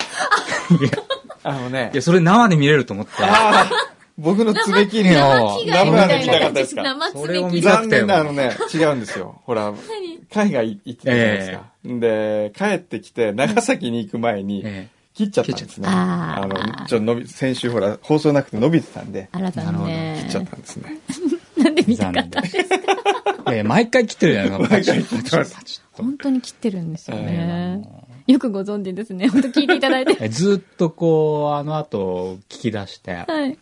Speaker 1: あのね
Speaker 4: いや、、それ生で見れると思って。
Speaker 1: ああ、僕の爪切り
Speaker 4: いや
Speaker 1: を
Speaker 2: 生着替えみたいな
Speaker 1: 生着替え
Speaker 2: 感じ
Speaker 1: たかったで
Speaker 2: ですす。
Speaker 1: か
Speaker 2: 生
Speaker 4: それを
Speaker 2: 爪
Speaker 4: 見
Speaker 2: 切り。
Speaker 4: た
Speaker 1: 残念なあのね、違うんですよ。ほら、海外行ってたじゃないですか。で、帰ってきて、長崎に行く前に、
Speaker 4: え
Speaker 1: 切っちゃったんですね。
Speaker 2: 切っちゃった
Speaker 1: あ
Speaker 2: あー
Speaker 1: の、ちょっと伸び、先週ほら、放送なくて伸びてたんで、
Speaker 2: あらだね。
Speaker 1: 切っちゃったんですね。
Speaker 2: なんで
Speaker 4: え
Speaker 2: 見た
Speaker 4: 残
Speaker 2: かっ
Speaker 4: 念
Speaker 2: た
Speaker 4: だ。 *laughs* ええ毎回切ってるじゃないですか。
Speaker 1: 毎回切ってます
Speaker 4: パチッと
Speaker 2: 本当に切ってるんですよね
Speaker 4: え。
Speaker 2: よくご存知ですね。本当聞いていただいて。
Speaker 4: えずっとこう、あの後、聞き出して、
Speaker 2: はい。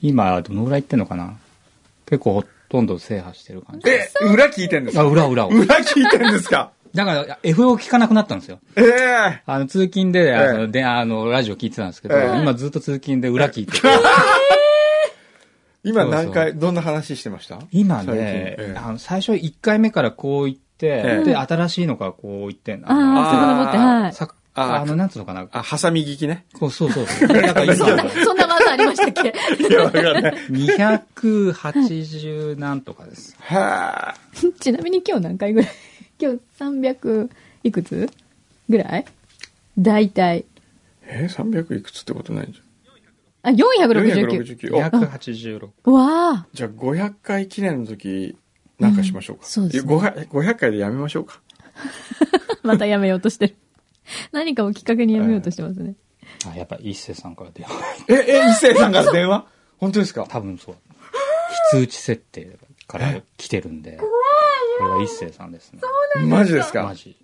Speaker 4: 今、どのぐらい行ってんのかな結構ほとんど制覇してる感じ。
Speaker 1: え、裏聞いてんです
Speaker 4: あ、
Speaker 1: か
Speaker 4: 裏裏を。
Speaker 1: 裏聞いてんですか
Speaker 4: だから、いや F を聞かなくなったんですよ。
Speaker 1: ええ
Speaker 4: あの、通勤で、
Speaker 1: ええ
Speaker 4: あの、で、あの、ラジオ聞いてたんですけど、
Speaker 1: ええ
Speaker 4: 今ずっと通勤で裏聞いてる。
Speaker 1: 今何回、どんな話してました
Speaker 4: 今
Speaker 1: 最近
Speaker 4: ね、
Speaker 1: ええ
Speaker 4: あの、最初1回目からこう言って、
Speaker 1: ええ
Speaker 4: で、新しいのからこう言ってんの
Speaker 2: ああ、
Speaker 1: ー
Speaker 2: さかのぼって、はい。
Speaker 4: さ
Speaker 1: あ
Speaker 4: あの、なんつうのかな。
Speaker 1: あ、ハサミ聞きね。
Speaker 4: こうそうそ
Speaker 1: *laughs*
Speaker 4: うそう。だから
Speaker 2: そん
Speaker 4: 今
Speaker 2: な、、そんな技ありましたっけ
Speaker 1: いや、わかんない。
Speaker 4: 280何とかです。
Speaker 1: はあ。
Speaker 2: *laughs* ちなみに今日何回ぐらい *laughs* 今日300いくつぐらい大体。
Speaker 1: え、300いくつってことないんじ
Speaker 2: あ、
Speaker 1: ゃん。
Speaker 2: 469。
Speaker 1: 469。あ
Speaker 4: 286。
Speaker 2: わあ。
Speaker 1: じゃあ500回記念の時、なんかしましょうか。
Speaker 2: うんそうですね
Speaker 1: いや 500, 500回でやめましょうか。
Speaker 2: *laughs* またやめようとしてる。 *laughs* 何かをきっかけにやめようとしてますね。
Speaker 4: あ、やっぱ一世さんから電話。
Speaker 1: え、え、一斉さんから電話本当ですか
Speaker 4: 多分そう。非通知設定から来てるんで。これは一世さんですね。
Speaker 1: マジです
Speaker 4: マ
Speaker 1: か
Speaker 4: ジ。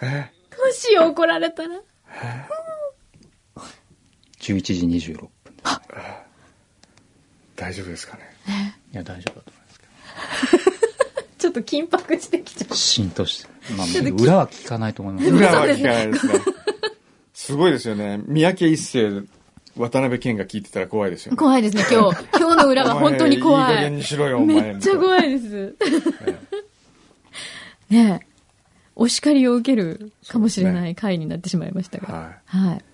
Speaker 1: え
Speaker 2: どうしよう、怒られたら。
Speaker 4: 11時26分です。
Speaker 1: 大丈夫ですかね
Speaker 4: いや、大丈夫だと思いますけ
Speaker 2: ちょっと緊迫してきちゃう
Speaker 4: ど。浸透してる。ま
Speaker 2: ちょっと
Speaker 4: あ、裏は聞かないと思います。
Speaker 1: 裏は聞かないですね。すごいですよね。三宅一生、渡辺謙が聞いてたら怖いですよね。
Speaker 2: 怖いですね、今日。 *laughs* 今日の裏は本当に怖
Speaker 1: お前いい加減
Speaker 2: い。
Speaker 1: にしろよ、お前。
Speaker 2: めっちゃ怖いです。ねえ。お叱りを受けるかもしれない回になってしまいましたが。
Speaker 1: はい。
Speaker 2: はい。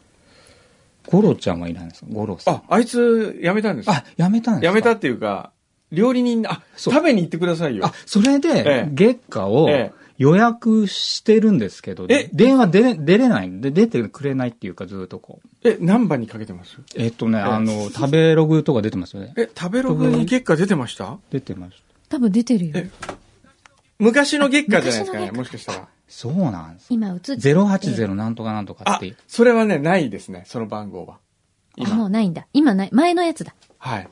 Speaker 4: ゴロちゃんはいないんですかゴロさん
Speaker 1: あ。、あいつ、辞めたんです
Speaker 4: あ、やめたんです
Speaker 1: 辞
Speaker 4: か
Speaker 1: めたっていうか、料理人、あ、
Speaker 4: そう
Speaker 1: 食べに行ってくださいよ
Speaker 4: あ。、それ
Speaker 1: え
Speaker 4: で
Speaker 1: え、
Speaker 4: 月下を
Speaker 1: ええ
Speaker 4: 予約してるんですけど、
Speaker 1: え
Speaker 4: 電話出れ出れない、で出てくれないっていうか、ずっとこう。
Speaker 1: え、何番にかけてます
Speaker 4: えっとね、あの、食べログとか出てますよね。
Speaker 1: え、食べログに月下出てました
Speaker 4: 出てました。
Speaker 2: 多分出てるよ。
Speaker 1: 昔の月下じゃないですかね、
Speaker 2: 昔の月下
Speaker 1: もしかしたら。
Speaker 4: そうなんです。
Speaker 2: 今映ってる
Speaker 4: 080なんとかなんとかっ
Speaker 1: あ
Speaker 4: て。、
Speaker 1: それはね、ないですね、その番号は。
Speaker 2: あも
Speaker 1: 今。
Speaker 2: うないんだ。今ない。前のやつだ。
Speaker 1: はい。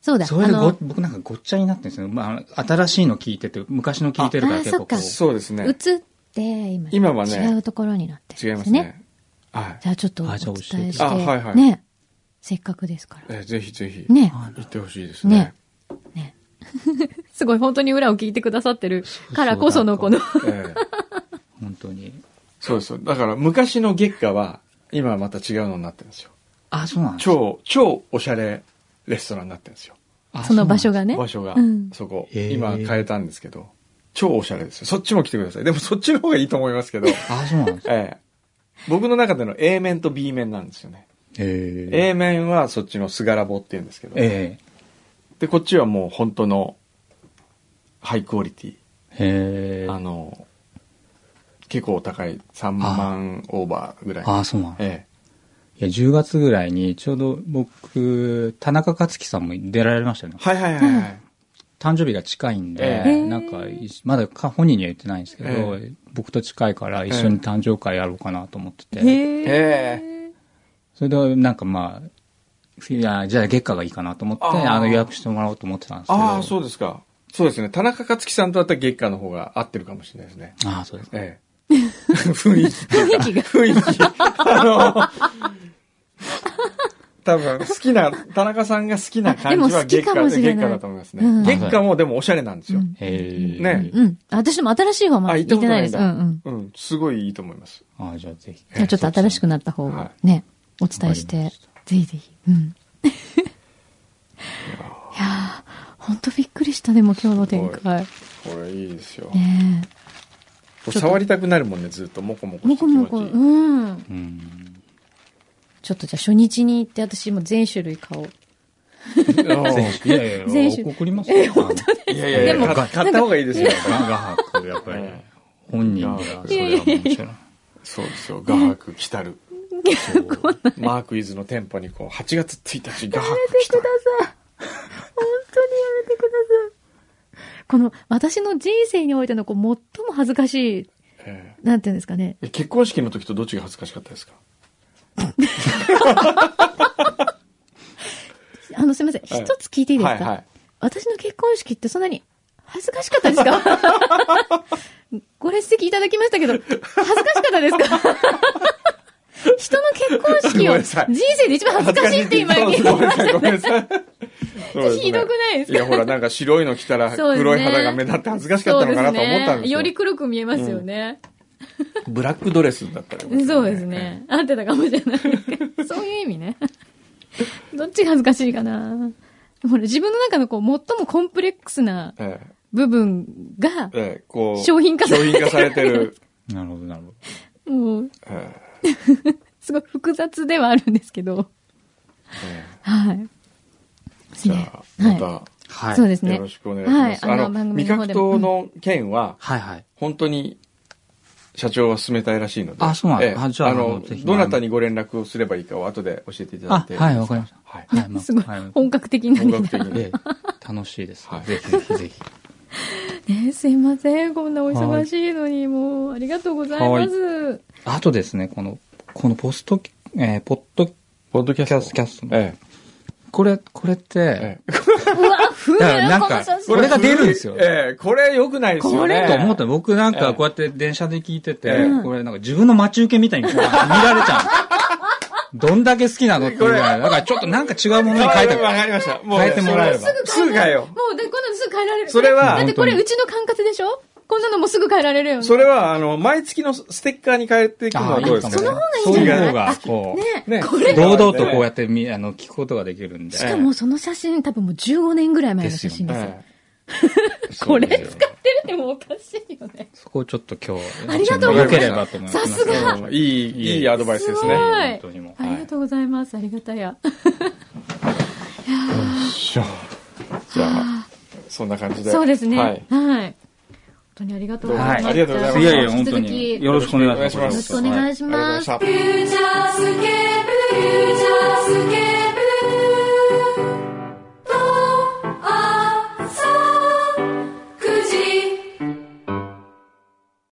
Speaker 2: そうだ。
Speaker 4: それで
Speaker 2: あ
Speaker 4: ご
Speaker 2: の、
Speaker 4: 僕なんかごっちゃになってるんですよ。まあ、新しいの聞いてて、昔の聞いてるから
Speaker 2: あ
Speaker 4: 結構こ
Speaker 2: あそっ
Speaker 4: う。
Speaker 1: そうです
Speaker 2: 映
Speaker 1: ね
Speaker 2: っ。て、今。
Speaker 1: 今はね
Speaker 2: 違うところになって
Speaker 1: 違い
Speaker 2: るんで
Speaker 1: ま
Speaker 2: すすね。
Speaker 1: ね。はい。
Speaker 2: じゃあちょっとお
Speaker 4: あじゃあ
Speaker 2: 伝
Speaker 4: 教えて
Speaker 2: えして。
Speaker 1: あはいはい
Speaker 2: ねえせっかくですから。
Speaker 1: えぜひぜひ。
Speaker 2: ねえ
Speaker 1: 行ってほしいですね
Speaker 2: ね。すごい、本当に裏を聞いてくださってるからこそのこの。
Speaker 1: ええ
Speaker 4: 本当に。
Speaker 1: そうです。だから昔の月下は、今はまた違うのになってるんですよ。
Speaker 4: あ、そうなんですか
Speaker 1: 超、超おしゃれレストランになってるんですよ。
Speaker 4: あ
Speaker 2: その場所
Speaker 4: うな
Speaker 2: が
Speaker 4: ん
Speaker 2: ね。
Speaker 1: 場所が、
Speaker 2: うん
Speaker 1: そこ。
Speaker 4: へー
Speaker 1: 今変えたんですけど、超おしゃれですよ。そっちも来てください。でもそっちの方がいいと思います
Speaker 2: *laughs*
Speaker 1: けど、
Speaker 4: ですあ、そうなんですか。
Speaker 1: ええ僕の中での A 面と B 面なんですよね。
Speaker 4: え
Speaker 1: A 面はそっちのすがらぼって言うんですけど、
Speaker 4: え
Speaker 1: で、こっちはもう本当のハイクオリティ。
Speaker 4: えええ
Speaker 1: あの、結構お高い3万オーバーぐらい。
Speaker 4: あ、そうなんですか
Speaker 1: え
Speaker 4: いや、10月ぐらいに、ちょうど僕、田中克樹さんも出られましたよ
Speaker 1: え
Speaker 4: ね。
Speaker 1: はいはいはいはい。
Speaker 4: 誕生日が近いんで、
Speaker 1: え
Speaker 2: え
Speaker 4: なんか、まだか本人には言ってないんですけど、
Speaker 1: え
Speaker 4: 僕と近いから一緒に誕生会やろうかなと思ってて、
Speaker 1: え
Speaker 2: へえ。
Speaker 4: それでなんかまあ、いやじゃあ月下がいいかなと思って、
Speaker 1: あー
Speaker 4: あの予約してもらおうと思ってたんですけど。
Speaker 1: ああ、そうですか。そうですね。田中克樹さんとだったら月下の方が合ってるかもしれないですね。
Speaker 4: ああ、そうですか。
Speaker 1: え
Speaker 2: *laughs*
Speaker 1: え。雰囲気っていうか。
Speaker 2: 雰囲気が
Speaker 1: 雰囲気。あの、多分好きな、田中さんが好きな感
Speaker 2: あ
Speaker 1: じ
Speaker 2: でも
Speaker 1: は
Speaker 2: 好き
Speaker 1: 月
Speaker 2: か
Speaker 1: 下
Speaker 2: もし
Speaker 1: 月
Speaker 2: れない
Speaker 1: 下だと思いますね。
Speaker 2: うん
Speaker 1: 月下もでもおしゃれなんですよ。
Speaker 2: うん
Speaker 4: ええ
Speaker 1: ね
Speaker 2: うん。私でも新しい方ま
Speaker 1: あ、
Speaker 2: だ
Speaker 1: 行った
Speaker 2: 行っ
Speaker 1: こ
Speaker 2: て
Speaker 1: と
Speaker 2: な
Speaker 1: ない
Speaker 2: で
Speaker 1: いん
Speaker 2: す。
Speaker 1: だ。
Speaker 2: うんうん。
Speaker 1: うん、すごいいいと思います。
Speaker 4: ああ、じゃあぜひ。
Speaker 2: じゃあちょっと新しく
Speaker 4: な
Speaker 2: なった方を
Speaker 1: は
Speaker 2: ね、お伝えし
Speaker 4: わか
Speaker 2: て
Speaker 4: りまし、
Speaker 2: ぜひぜひ。うん。いやー、ほんとびっくりした、でも今日の展開。
Speaker 1: これいいですよ。
Speaker 2: ね
Speaker 1: これ触りたくなるもんね、ずっと。もこも
Speaker 2: え。
Speaker 1: こ
Speaker 2: も
Speaker 1: して
Speaker 2: こ
Speaker 1: 気
Speaker 2: も
Speaker 1: 持ち
Speaker 2: こ、
Speaker 1: いうい。
Speaker 2: ん。
Speaker 4: うん。
Speaker 2: ちょっとじゃあ初日に行って、私も全種類買おう。
Speaker 4: 全種いやいやいや、
Speaker 2: 全種
Speaker 4: 送りますよ。え、本当
Speaker 1: いやいやい
Speaker 4: で
Speaker 1: や、
Speaker 4: も
Speaker 1: 買買った方がいいですよ。
Speaker 4: 画伯、やっぱり。本人が、それはもちろん。
Speaker 2: *laughs*
Speaker 1: そうですよ。画伯来たる。マークイズの店舗にこう、8月1日ガーッと来
Speaker 2: て
Speaker 1: た
Speaker 2: くだ。さい。本当にやめてください。この、私の人生においての、こう、最も恥ずかしい、
Speaker 1: え
Speaker 2: なんていうんですかね。
Speaker 1: ええ結婚式の時とどっちが恥ずかしかったですか
Speaker 2: あの、すみません。
Speaker 1: はい
Speaker 2: 一つ聞いていいですか、
Speaker 1: はいはい。
Speaker 2: 私の結婚式ってそんなに恥ずかしかったですかご列席いただきましたけど、恥ずかしかったですか *laughs* 人の結婚式
Speaker 1: ごめ
Speaker 2: を
Speaker 1: んなさ
Speaker 2: 人
Speaker 1: い
Speaker 2: 生で一番恥ずかしいって今
Speaker 1: 言
Speaker 2: 言
Speaker 1: っ
Speaker 2: い
Speaker 1: たごめ
Speaker 2: ま
Speaker 1: ん
Speaker 2: し
Speaker 1: なさい、ごめんなさい。そうですね
Speaker 2: ひどくないですか
Speaker 1: いや、ほら、なんか白いの着たら、
Speaker 2: そうですね
Speaker 1: 黒い肌が目立って恥ずかしか
Speaker 2: そ
Speaker 1: っ
Speaker 2: う
Speaker 1: たのかなと思ったんで
Speaker 2: ね。
Speaker 1: すよ。
Speaker 2: より黒く見えますよね。
Speaker 1: ブラックドレスだったり、
Speaker 2: そうです。ね。合ってたかもしれ
Speaker 1: *laughs*
Speaker 2: ないですけど。そういう意味ね。どっちが恥ずかしいかな。ほら、自分の中のこう、最もコンプレックスな
Speaker 1: ええ
Speaker 2: 部分が、
Speaker 1: ええ、こう。
Speaker 2: 商品化されてる
Speaker 1: 商品化されてる。
Speaker 4: なるほど、なるほど。
Speaker 2: もう、
Speaker 1: え
Speaker 2: すごい複雑ではあるんですけど。
Speaker 1: えええ
Speaker 2: はい。です
Speaker 1: じ
Speaker 2: ね
Speaker 1: ゃ。あ、
Speaker 2: はい。
Speaker 1: ま
Speaker 4: はい。
Speaker 2: そうです
Speaker 1: た、
Speaker 2: ね。
Speaker 1: よろしくお願いします。
Speaker 2: はい
Speaker 1: あ
Speaker 2: あの
Speaker 1: の、
Speaker 2: 番組
Speaker 1: 味
Speaker 2: の方
Speaker 1: 覚
Speaker 2: でも
Speaker 1: 糖の件は、
Speaker 4: はいはい。
Speaker 1: 本当に、社長は進めたいらしいので。
Speaker 4: あそうなんだ
Speaker 1: ええ
Speaker 4: あじゃあ
Speaker 1: あ
Speaker 4: あ
Speaker 1: の
Speaker 4: のぜ、ひ
Speaker 1: どなたにご連絡をすればいいかを後で教えていただい
Speaker 4: あ
Speaker 1: て。、
Speaker 4: はい、わかりました。
Speaker 1: はい。
Speaker 4: はい、まあ
Speaker 2: すごい
Speaker 4: はい、
Speaker 2: 本格的な
Speaker 1: 音
Speaker 2: ん
Speaker 1: 楽
Speaker 2: だ
Speaker 1: 的に。
Speaker 4: ええ楽しいです
Speaker 1: はい。
Speaker 4: ぜひぜひぜひ。
Speaker 2: ね。すいません。こんなお忙しいのに、もう、ありがとうございます。
Speaker 4: あとですね、この、このポスト、えー、ポッドキ
Speaker 1: ポッドキ
Speaker 4: ャストキャストの、
Speaker 1: え
Speaker 4: これ、これって、
Speaker 1: え。ええ
Speaker 2: うわ、ふう
Speaker 4: だからなん
Speaker 2: この
Speaker 4: か
Speaker 2: 写真
Speaker 4: これが出るんですよ
Speaker 1: ええ、これ良くないですよね。
Speaker 2: これ
Speaker 4: と思ったた僕なん
Speaker 1: ええ
Speaker 4: かこうやって電車で聞いてて、
Speaker 1: え
Speaker 2: え
Speaker 4: これなんか自分の待ち受けみたいにこう見られちゃ
Speaker 1: *laughs*
Speaker 4: う。どんだけ好きなのっていうぐらい。だからちょっとなんか違うものに
Speaker 1: わ
Speaker 4: 書いてある。
Speaker 1: かりました。もう
Speaker 4: 変えてもらえれば
Speaker 1: すぐ変え
Speaker 2: も
Speaker 1: よ
Speaker 2: う、で、こんなのすぐ変えられる。
Speaker 1: それは
Speaker 2: だってこれ、うちの管轄でしょこんなのもすぐ変えられるよ
Speaker 1: う。
Speaker 2: ね。
Speaker 1: それは、あの、毎月のステッカーに変えていくの
Speaker 4: あ
Speaker 1: は
Speaker 4: あ、い
Speaker 1: どう
Speaker 4: い
Speaker 1: で
Speaker 4: か
Speaker 1: す
Speaker 4: も
Speaker 1: か
Speaker 4: ね
Speaker 1: ね。。
Speaker 4: そういう
Speaker 1: そ
Speaker 4: 方
Speaker 1: う
Speaker 4: が、こう、
Speaker 1: ね
Speaker 2: ね、これ。
Speaker 4: 堂々とこうやってみ、あの、聞くことができるんで。
Speaker 2: しかも、その写真、多分もう15年ぐらい前の写真ですよ。
Speaker 1: え
Speaker 4: *laughs*
Speaker 2: これ使
Speaker 4: そうです
Speaker 2: っ
Speaker 4: よ
Speaker 2: てる *laughs* ってもうおかしいよね。
Speaker 4: そこをちょっと今日、
Speaker 2: ありがとうございま
Speaker 4: 良
Speaker 2: す
Speaker 4: ければと思います。
Speaker 2: さす
Speaker 1: え
Speaker 2: が
Speaker 1: うんいい、いいアドバイスです
Speaker 2: すごい
Speaker 1: ね。
Speaker 4: 本当にもう。
Speaker 2: ありがとうございます。ありがたや。
Speaker 1: じゃあ、そんな感じで。
Speaker 2: そうですね。
Speaker 1: は
Speaker 2: はい
Speaker 1: い。。
Speaker 2: 本当にありがとうございました。
Speaker 1: はいありがとうございます
Speaker 4: い
Speaker 1: や
Speaker 4: やいや、本当
Speaker 2: 引き
Speaker 4: に。
Speaker 2: 続
Speaker 4: よろしくお願いし
Speaker 1: よ
Speaker 4: ま
Speaker 1: ろ
Speaker 4: す。
Speaker 1: し
Speaker 2: き、よろしくお願いし
Speaker 1: ありがとうござい
Speaker 2: ま
Speaker 1: まし
Speaker 2: す。
Speaker 1: た。
Speaker 3: フューチャースケープフューチャースケープ